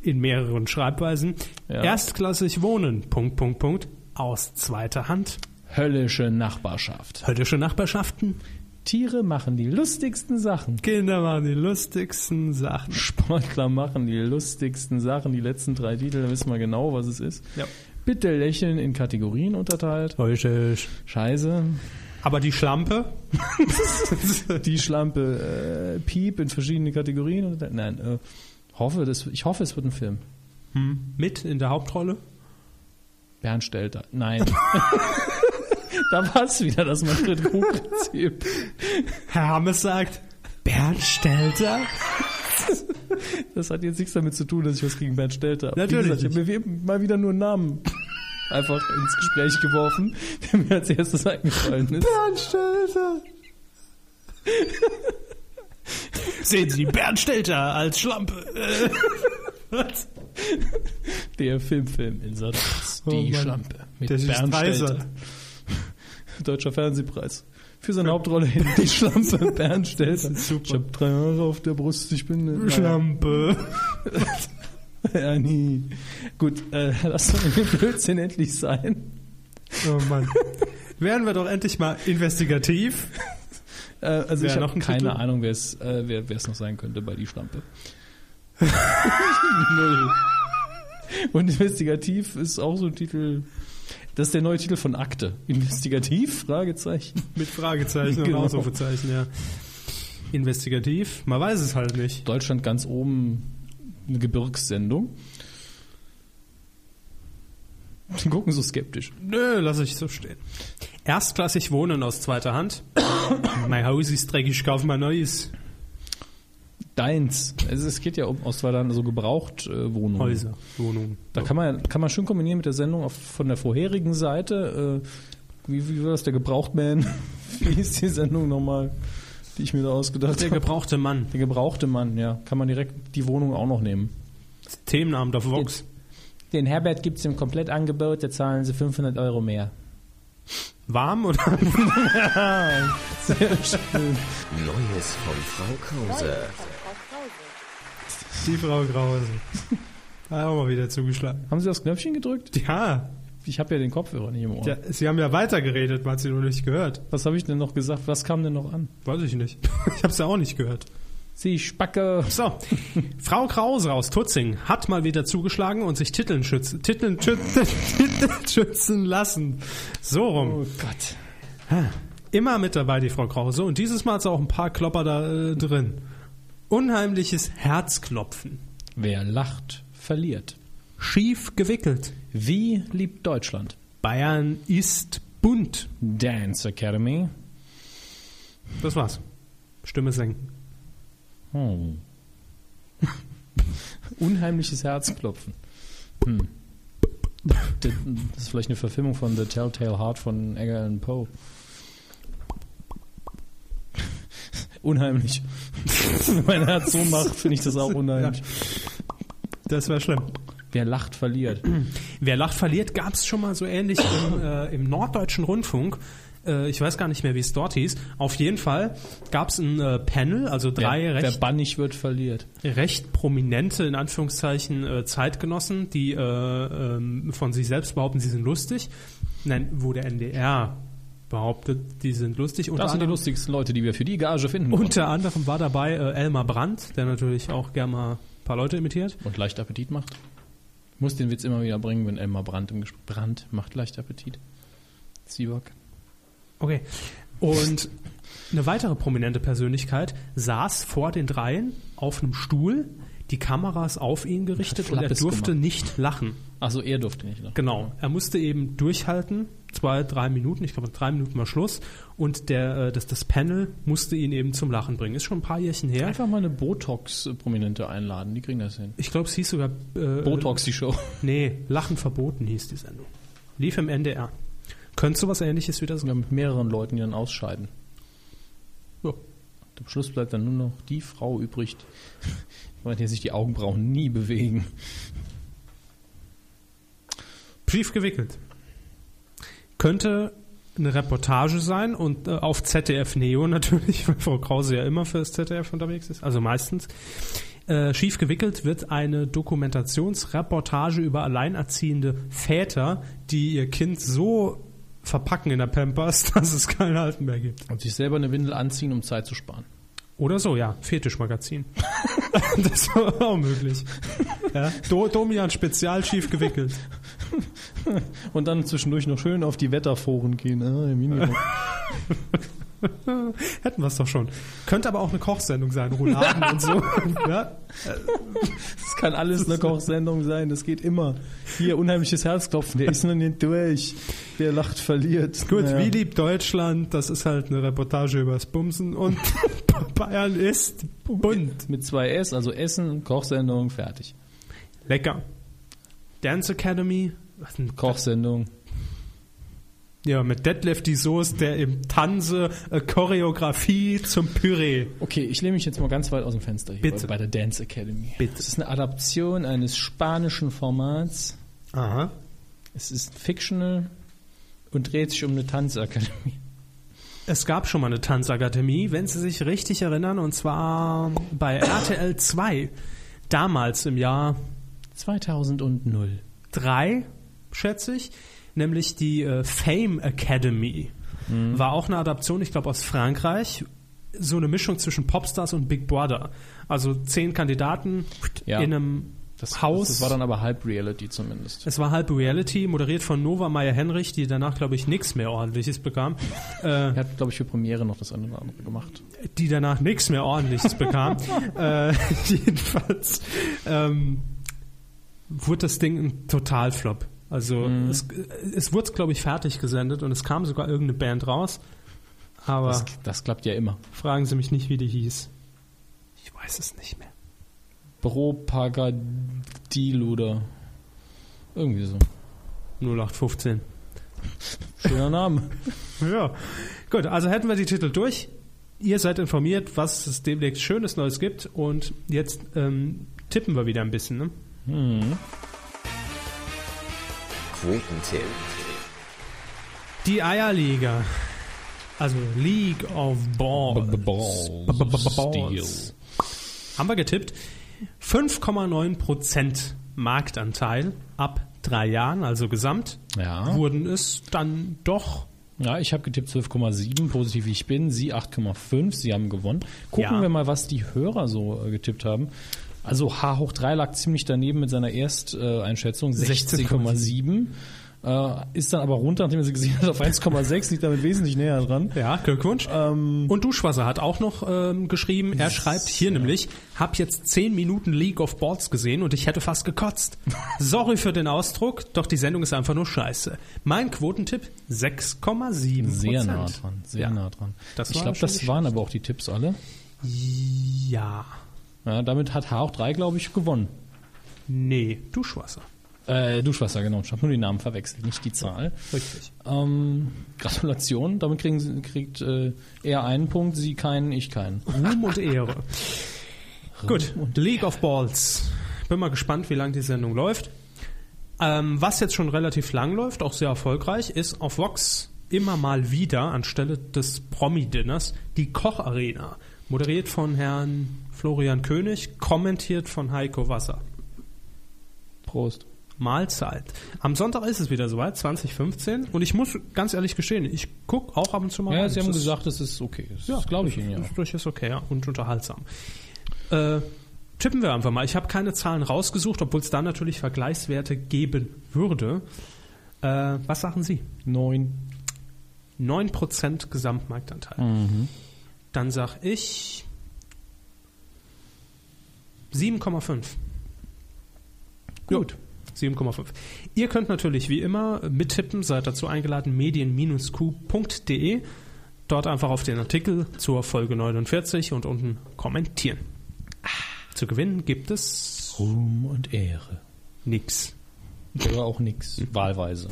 in mehreren Schreibweisen.
Ja.
Erstklassig wohnen, Punkt, Punkt, Punkt. Aus zweiter Hand.
Höllische Nachbarschaft.
Höllische Nachbarschaften.
Tiere machen die lustigsten Sachen.
Kinder waren die lustigsten Sachen.
Sportler machen die lustigsten Sachen. Die letzten drei Titel, da wissen wir genau, was es ist.
Ja.
Bitte lächeln in Kategorien unterteilt.
Richtig.
Scheiße.
Aber die Schlampe,
Die Schlampe äh, Piep in verschiedene Kategorien unterteilt. Nein, äh, hoffe, das, ich hoffe, es wird ein Film.
mit in der Hauptrolle.
Bernd Stelter. Nein. da war es wieder, das Manfred Krug-Prinzip.
Herr Hammes sagt, Bernd Stelter?
Das hat jetzt nichts damit zu tun, dass ich was gegen Bernd Stelter habe.
Natürlich
Ich habe mir wie- mal wieder nur einen Namen einfach ins Gespräch geworfen, der mir als erstes eingefallen ist.
Bernd Stelter! Sehen Sie Bernd Stelter als Schlampe. Äh, was?
Der Filmfilm in Satz.
Oh
Die
Mann.
Schlampe. Mit
Das ist
Bernd
Dreisat.
Stelter. Deutscher Fernsehpreis. Für seine Hauptrolle in Die Schlampe Bernd Stelter.
super.
Ich habe drei Haare auf der Brust, ich bin eine
Schlampe.
Ja, nie. Gut, äh, lass doch den Blödsinn endlich sein.
Oh Mann. Wären wir doch endlich mal investigativ.
Äh, also
Wer
ich
noch
habe
einen
keine
Titel?
Ahnung, wer es äh, wer, wer es noch sein könnte bei die Schlampe. Null. Und investigativ ist auch so ein Titel. Das ist der neue Titel von Akte. Investigativ? Fragezeichen.
Mit Fragezeichen
Genau.
und Ausrufezeichen, ja. Investigativ, man weiß es halt nicht.
Deutschland ganz oben eine Gebirgssendung. Die gucken so skeptisch.
Nö, lass ich so stehen. Erstklassig wohnen aus zweiter Hand. mein Haus ist dreckig, ich kauf mal neues.
Deins. Also es geht ja um aus zwei so gebraucht äh, Wohnungen.
Häuser, Wohnungen.
Da kann man, kann man schön kombinieren mit der Sendung auf, von der vorherigen Seite. Äh, wie, wie war das, der Gebrauchtman? Wie hieß die Sendung nochmal, die ich mir da ausgedacht
Der
habe?
gebrauchte Mann.
Der gebrauchte Mann, ja. Kann man direkt die Wohnung auch noch nehmen.
Themenabend auf Vox.
Den Herbert gibt's im Komplettangebot, da zahlen sie 500 Euro mehr.
Warm oder?
Neues von Frau Krause.
Die Frau Krause. Da haben wir mal wieder zugeschlagen.
Haben sie aufs Knöpfchen gedrückt?
Ja,
Ich habe ja den Kopfhörer nicht im Ohr.
ja, sie haben ja weitergeredet, man hat sie nur nicht gehört.
Was habe ich denn noch gesagt? Was kam denn noch an?
Weiß ich nicht. Ich hab's ja auch nicht gehört.
Sie Spacke.
So, Frau Krause aus Tutzing hat mal wieder zugeschlagen und sich Titeln, schütz, Titeln, schütz, Titeln schützen lassen. So rum.
Gott.
Immer mit dabei, die Frau Krause. Und dieses Mal hat sie auch ein paar Klopper da äh, drin. Unheimliches Herzklopfen.
Wer lacht, verliert.
Schief gewickelt.
Wie liebt Deutschland?
Bayern ist bunt.
Dance Academy.
Das war's. Stimme senken.
Oh. Unheimliches Herzklopfen. Hm. Das das ist vielleicht eine Verfilmung von The Telltale Heart von Edgar Allan Poe. Unheimlich. Wenn mein Herz so macht, finde ich das auch unheimlich.
Das war schlimm.
Wer lacht, verliert.
Wer lacht, verliert, gab es schon mal so ähnlich im, äh, im norddeutschen Rundfunk. Äh, ich weiß gar nicht mehr, wie es dort hieß. Auf jeden Fall gab es ein äh, Panel, also drei
wer, wer
recht,
bannig wird, verliert.
recht prominente, in Anführungszeichen, äh, Zeitgenossen, die äh, ähm, von sich selbst behaupten, sie sind lustig. Nein, wo der NDR behauptet, die sind lustig. Unter
Das sind die
anderem-
lustigsten Leute, die wir für die Gage finden konnten.
Unter anderem war dabei äh, Elmar Brandt, der natürlich auch gerne mal ein paar Leute imitiert.
Und leicht Appetit macht. Ich muss den Witz immer wieder bringen, wenn Elmar Brandt im Gespräch... Brandt macht leicht Appetit. Zwieback.
Okay. Und Eine weitere prominente Persönlichkeit saß vor den dreien auf einem Stuhl, die Kamera ist auf ihn gerichtet und er
Flappes
durfte
gemacht.
nicht lachen.
Also er durfte nicht. Ne?
Genau, er musste eben durchhalten, zwei, drei Minuten, ich glaube drei Minuten war Schluss und der, äh, das, das Panel musste ihn eben zum Lachen bringen. Ist schon ein paar Jährchen her.
Einfach mal eine Botox-Prominente einladen, die kriegen das hin.
Ich glaube, es hieß sogar äh,
Botox, die Show.
Nee, Lachen verboten hieß die Sendung. Lief im NDR. Könntest du was ähnliches wieder sagen?
Ja, mit mehreren Leuten, die dann ausscheiden. Ja. Und Am Schluss bleibt dann nur noch die Frau übrig, bei der sich die Augenbrauen nie bewegen.
Brief gewickelt. Könnte eine Reportage sein und äh, auf ZDF Neo natürlich, weil Frau Krause ja immer fürs ZDF unterwegs ist, also meistens. Äh, schief gewickelt wird eine Dokumentationsreportage über alleinerziehende Väter, die ihr Kind so verpacken in der Pampers, dass es kein Halten mehr gibt.
Und sich selber eine Windel anziehen, um Zeit zu sparen.
Oder so, ja. Fetischmagazin. das war auch möglich. Ja. Do Domian spezial schief gewickelt.
Und dann zwischendurch noch schön auf die Wetterforen gehen. Ah, im Hintergrund.
Hätten wir es doch schon. Könnte aber auch eine Kochsendung sein, Rouladen und so. Ja.
Das kann alles eine Kochsendung sein, das geht immer. Hier, unheimliches Herzklopfen, der ist noch nicht durch. Wer lacht, verliert.
Gut,
Naja.
wie liebt Deutschland? Das ist halt eine Reportage übers Bumsen und Bayern ist bunt.
Mit zwei S, also Essen, Kochsendung, fertig.
Lecker. Dance Academy. Was denn?
Kochsendung.
Ja, mit Detlef die Soße, der im Tanze äh, Choreografie zum Püree.
Okay, ich lehne mich jetzt mal ganz weit aus dem Fenster hier
Bitte.
bei der Dance Academy.
Bitte.
Es ist eine Adaption eines spanischen Formats.
Aha.
Es ist fictional und dreht sich um eine Tanzakademie.
Es gab schon mal eine Tanzakademie, wenn Sie sich richtig erinnern, und zwar bei RTL 2. Damals im Jahr
2000
3, schätze ich, nämlich die äh, Fame Academy.
Mhm.
War auch eine Adaption, ich glaube, aus Frankreich. So eine Mischung zwischen Popstars und Big Brother. Also zehn Kandidaten
Ja.
in einem Haus.
Das war dann aber halb Reality zumindest.
Es war halb Reality, moderiert von Nova Meyer Henrich, die danach, glaube ich, nichts mehr ordentliches bekam. Äh,
Er hat, glaube ich, für Premiere noch das eine oder andere gemacht.
die danach nichts mehr ordentliches bekam. äh, jedenfalls ähm, wurde das Ding ein Totalflop. Also es, es wurde, glaube ich, fertig gesendet und es kam sogar irgendeine Band raus. Aber
Das, das klappt ja immer.
fragen Sie mich nicht, wie die hieß. Ich weiß es nicht mehr.
Propagadiluder. Irgendwie so.
0815.
Schöner Name.
Ja. Gut, also hätten wir die Titel durch. Ihr seid informiert, was es demnächst Schönes Neues gibt und jetzt ähm, tippen wir wieder ein bisschen. Ne?
Quotentipp.
Die Eierliga. Also League of Balls.
Balls.
Haben wir getippt. 5,9% Marktanteil ab drei Jahren, also gesamt,
Ja.
wurden es dann doch.
Ja, ich habe getippt 12,7, positiv wie ich bin. Sie 8,5, Sie haben gewonnen. Gucken
Ja.
wir mal, was die Hörer so äh, getippt haben. Also H hoch 3 lag ziemlich daneben mit seiner Ersteinschätzung, 16,7. Äh, ist dann aber runter, nachdem er sie gesehen hat, auf 1,6, liegt damit wesentlich näher dran.
Ja, Glückwunsch. Und Duschwasser hat auch noch ähm, geschrieben, er schreibt hier nämlich, hab jetzt 10 Minuten League of Balls gesehen und ich hätte fast gekotzt. Sorry für den Ausdruck, doch die Sendung ist einfach nur scheiße. Mein Quotentipp 6,7%.
Sehr nah dran, sehr
Ja.
nah dran.
Das
ich
war
glaube,
schon
das
nicht
waren aber auch die Tipps alle.
Ja,
Ja, damit hat H hoch 3, glaube ich, gewonnen.
nee, Duschwasser.
Äh, Duschwasser, genau. Ich habe nur die Namen verwechselt, nicht die Zahl.
Richtig.
Ähm, Gratulation, damit kriegen, Sie- kriegt äh, er einen Punkt, Sie keinen, ich keinen.
Ruhm und Ehre. Gut, League of Balls. Bin mal gespannt, wie lang die Sendung läuft. Ähm, was jetzt schon relativ lang läuft, auch sehr erfolgreich, ist auf Vox immer mal wieder anstelle des Promi-Dinners die Kocharena. Moderiert von Herrn Florian König, kommentiert von Heiko Wasser.
Prost.
Mahlzeit. Am Sonntag ist es wieder soweit, 2015. Und ich muss ganz ehrlich gestehen, ich gucke auch ab und zu mal
Ja,
rein.
Sie
Es
haben
ist-
gesagt, es ist okay. Das ja, glaube ich Ihnen ja.
ist durchaus okay ja, und unterhaltsam. Äh, tippen wir einfach mal. Ich habe keine Zahlen rausgesucht, obwohl es da natürlich Vergleichswerte geben würde. Äh, was sagen Sie?
Neun.
9% Gesamtmarktanteil.
Mhm.
Dann sag ich 7,5. Gut. 7,5. Ihr könnt natürlich wie immer mittippen, seid dazu eingeladen, medien-q.de. Dort einfach auf den Artikel zur Folge 49 und unten kommentieren. Zu gewinnen gibt es
Ruhm und Ehre.
nichts.
Oder auch nix. Wahlweise.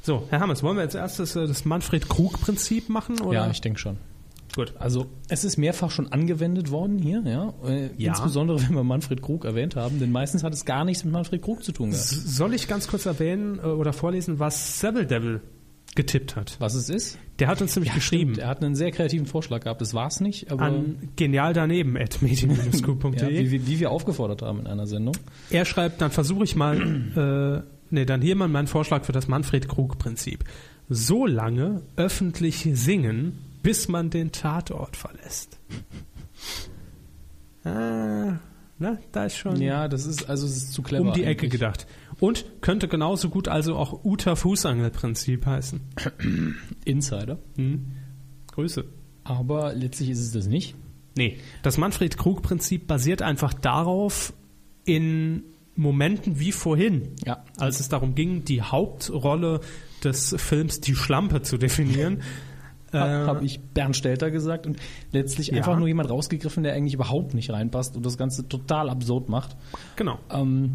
So, Herr Hammes, wollen wir als erstes äh, das Manfred-Krug-Prinzip machen? Oder?
Ja, ich denke schon.
Gut.
Also es ist mehrfach schon angewendet worden hier, ja? Äh,
Ja.
Insbesondere wenn wir Manfred Krug erwähnt haben, denn meistens hat es gar nichts mit Manfred Krug zu tun gehabt.
Soll ich ganz kurz erwähnen äh, oder vorlesen, was Seville Devil getippt hat?
Was es ist?
Der hat uns nämlich geschrieben.
Stimmt, er hat einen sehr kreativen Vorschlag gehabt, das war's nicht, aber
an genial daneben
ja, wie,
qde
wir- wie wir aufgefordert haben in einer Sendung.
Er schreibt, dann versuche ich mal, äh, nee, dann hier mal meinen Vorschlag für das Manfred-Krug-Prinzip. So lange öffentlich singen, bis man den Tatort verlässt. Ah, ne, da ist schon
Ja, das ist also es ist zu clever.
um die Ecke
eigentlich.
gedacht. Und könnte genauso gut also auch Uta Fußangel-Prinzip heißen.
Insider.
Grüße.
Aber letztlich ist es das nicht.
Nee, das Manfred-Krug-Prinzip basiert einfach darauf, in Momenten wie vorhin,
Ja.
als es darum ging, die Hauptrolle des Films Die Schlampe zu definieren.
Hab- habe ich Bernd Stelter gesagt und letztlich einfach nur jemand rausgegriffen, der eigentlich überhaupt nicht reinpasst und das Ganze total absurd macht.
Genau.
Ähm,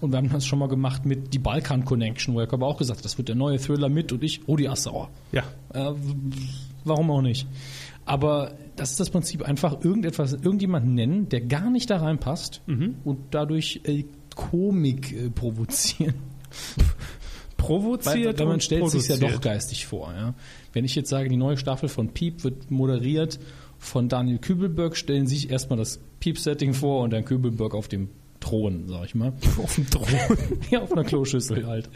und wir haben das schon mal gemacht mit die Balkan Connection, wo er aber auch gesagt hat, das wird der neue Thriller mit und ich, Rudi Assauer.
Ja.
Äh, w- warum auch nicht? Aber das ist das Prinzip, einfach irgendetwas, irgendjemanden nennen, der gar nicht da reinpasst und dadurch äh, Komik äh, provozieren. Weil,
Provoziert
weil man
und
stellt sich ja
produziert.
doch geistig vor. Ja? Wenn ich jetzt sage, die neue Staffel von Piep wird moderiert von Daniel Kübelberg, stellen Sie sich erstmal das Piep-Setting vor und dann Kübelberg auf dem Thron, sag ich mal. Auf dem Thron? ja, auf einer Kloschüssel halt.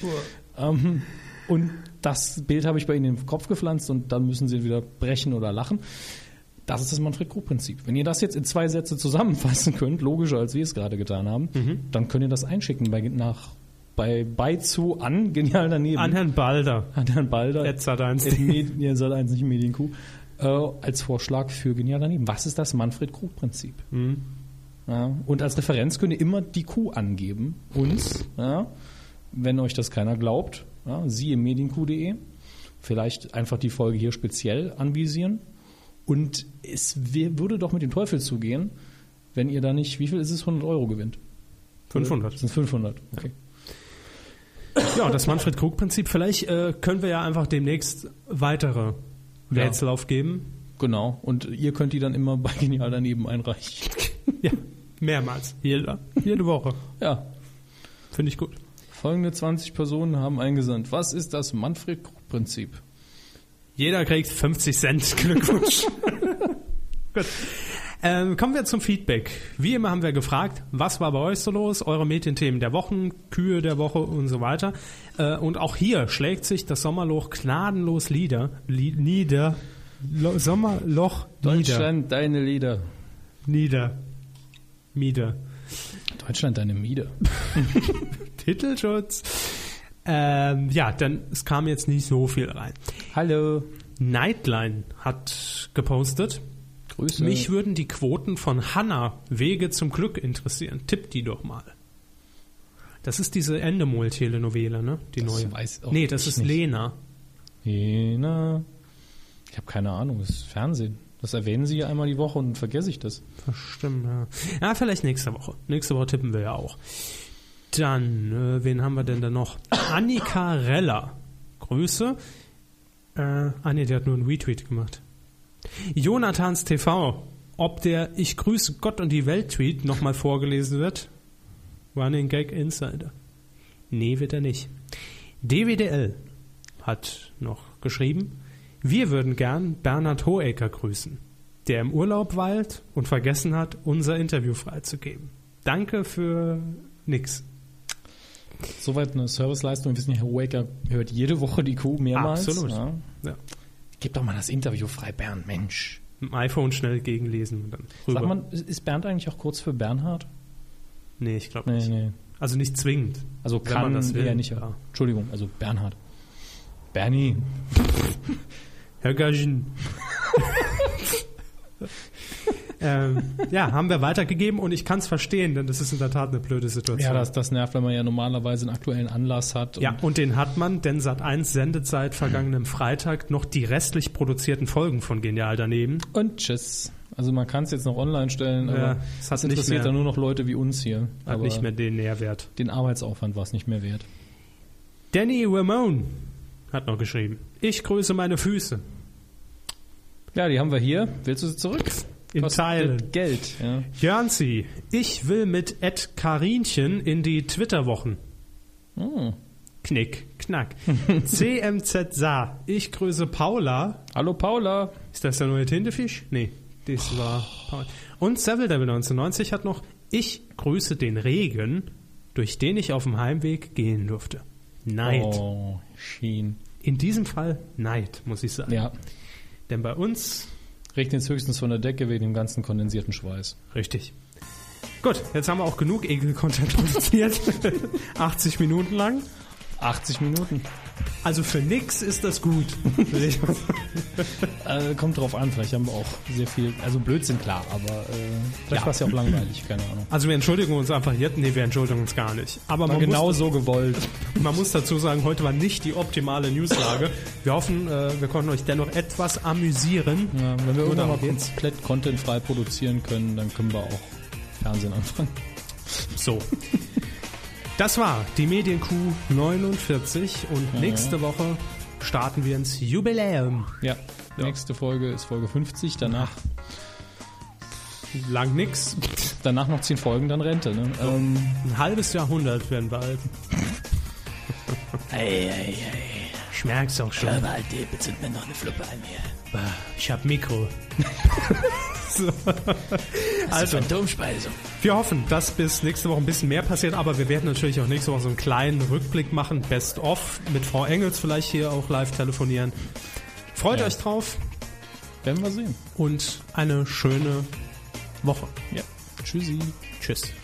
ähm, und das Bild habe ich bei Ihnen im Kopf gepflanzt und dann müssen Sie wieder brechen oder lachen. Das ist das Manfred-Krug-Prinzip. Wenn ihr das jetzt in zwei Sätze zusammenfassen könnt, logischer als wir es gerade getan haben,
Mhm.
dann könnt ihr das einschicken bei, nach, bei, bei zu an, genial daneben.
An Herrn Balder.
An Herrn Balder.
At Sat.1.
At Med- ja, Sat.1, nicht Medienkuh. Äh, als Vorschlag für Genial daneben. Was ist das Manfred-Krug-Prinzip? Ja, und als Referenz könnt ihr immer die Kuh angeben. Uns. Ja, wenn euch das keiner glaubt. Ja, siehe medienkuh.de. Vielleicht einfach die Folge hier speziell anvisieren. Und es wär- würde doch mit dem Teufel zugehen, wenn ihr da nicht, wie viel ist es, 100 Euro gewinnt?
500.
Das sind 500. Okay.
Ja, das Manfred-Krug-Prinzip. Vielleicht äh, können wir ja einfach demnächst weitere Rätsel aufgeben.
Genau. Und ihr könnt die dann immer bei Genial daneben einreichen.
Ja, mehrmals. Jede, jede Woche.
Ja,
Finde ich gut.
Folgende 20 Personen haben eingesandt. Was ist das Manfred-Krug-Prinzip?
Jeder kriegt 50 Cent. Glückwunsch. Gut. Ähm, kommen wir zum Feedback. Wie immer haben wir gefragt, was war bei euch so los, eure Medienthemen der Wochen, Kühe der Woche und so weiter. Äh, und auch hier schlägt sich das Sommerloch gnadenlos Lieder, li, nieder, Lo, Sommerloch nieder,
Deutschland, deine Lieder.
nieder, mieder.
Deutschland, deine Mieder.
Titelschutz. Ähm, ja, dann es kam jetzt nicht so viel rein.
Hallo.
Nightline hat gepostet.
Grüße.
Mich würden die Quoten von Hanna Wege zum Glück interessieren. Tipp die doch mal. Das ist diese Endemol-Telenovela, ne? Die
Das
neue.
weiß auch
nee, das
ich
ist
nicht.
Lena.
Jena. Ich habe keine Ahnung, das ist Fernsehen. Das erwähnen sie ja einmal die Woche und dann vergesse ich das.
Das stimmt, ja. Ja, vielleicht nächste Woche. Nächste Woche tippen wir ja auch. Dann, äh, wen haben wir denn da noch? Annika Reller. Grüße. Äh, ah nee, die hat nur einen Retweet gemacht. Jonathans TV. Ob der Ich grüße Gott und die Welt Tweet nochmal vorgelesen wird? Running Gag Insider. Nee, wird er nicht. DWDL hat noch geschrieben, wir würden gern Bernhard Hoeker grüßen, der im Urlaub weilt und vergessen hat, unser Interview freizugeben. Danke für nix.
Soweit eine Serviceleistung. Wir wissen ja, Herr Waker hört jede Woche die Kuh mehrmals.
Absolut.
Ja.
Ja.
Gib doch mal das Interview frei, Bernd, Mensch.
Im iPhone schnell gegenlesen und dann rüber.
Sag mal, ist Bernd eigentlich auch kurz für Bernhard?
nee, ich glaube nicht.
nee.
Also nicht zwingend.
Also
Wenn
kann
man das will,
eher nicht.
ja.
Entschuldigung, also Bernhard. Bernie.
Herr Gagin. ähm, ja, haben wir weitergegeben und ich kann es verstehen, denn das ist in der Tat eine blöde Situation.
Ja, das, das nervt, wenn man ja normalerweise einen aktuellen Anlass hat.
Ja, und den hat man, denn Sat1 sendet seit vergangenem Freitag noch die restlich produzierten Folgen von Genial daneben.
Und, und tschüss. Also man kann es jetzt noch online stellen,
Ja,
aber
es
es
hat nicht
interessiert
mehr-
dann nur noch Leute wie uns hier.
Hat
aber
nicht mehr den Nährwert.
den Arbeitsaufwand war es nicht mehr wert.
Danny Ramone hat noch geschrieben. Ich grüße meine Füße.
Ja, die haben wir hier. Willst du sie zurück?
In Teilen.
Geld. Ja.
Jörnsi, ich will mit Ed Karinchen in die Twitter-Wochen. Knick, knack. CMZ Sa, ich grüße Paula.
Hallo Paula.
Ist das der neue Tintefisch? Nee, das war Paula. Und Seville Devil 1990 hat noch Ich grüße den Regen, durch den ich auf dem Heimweg gehen durfte. Neid.
Oh, Schien.
In diesem Fall Neid, muss ich sagen.
Ja.
Denn bei uns,
Regnet es höchstens von der Decke wegen dem ganzen kondensierten Schweiß.
richtig. Gut, jetzt haben wir auch genug Ekel-Content produziert. 80 Minuten lang.
80 Minuten.
Also für nix ist das gut. will ich mal sagen.
Äh, kommt drauf an, vielleicht haben wir auch sehr viel. Also Blödsinn klar, aber äh, vielleicht
Ja.
war es ja auch langweilig, keine Ahnung.
also wir entschuldigen uns einfach jetzt. Nee, wir entschuldigen uns gar nicht. Aber man, muss,
Genau so gewollt.
man muss dazu sagen, heute war nicht die optimale Newslage. Wir hoffen, äh, wir konnten euch dennoch etwas amüsieren.
Ja, Ähm, wenn wir
Nur
irgendwann mal
darum geht's.
komplett contentfrei produzieren können, dann können wir auch Fernsehen anfangen.
So. Das war die Medienkuh 49 und nächste Woche starten wir ins Jubiläum.
Ja. Nächste Folge ist Folge 50, danach,
Lang nix.
danach noch 10 Folgen, dann Rente. Ne? Ähm,
Ein halbes Jahrhundert werden wir alt.
Ey, ey, ey,
Ich merk's auch schon.
hör mal, die bezünd mir noch eine Fluppe an mir.
Ich hab Mikro. so.
Also.
Also,
Phantomspeisung.
wir hoffen, dass bis nächste Woche ein bisschen mehr passiert, aber wir werden natürlich auch nächste Woche so einen kleinen Rückblick machen. Best of mit Frau Engels vielleicht hier auch live telefonieren. Freut
Ja.
euch drauf
werden wir sehen.
und eine schöne Woche.
Ja. Tschüssi.
Tschüss.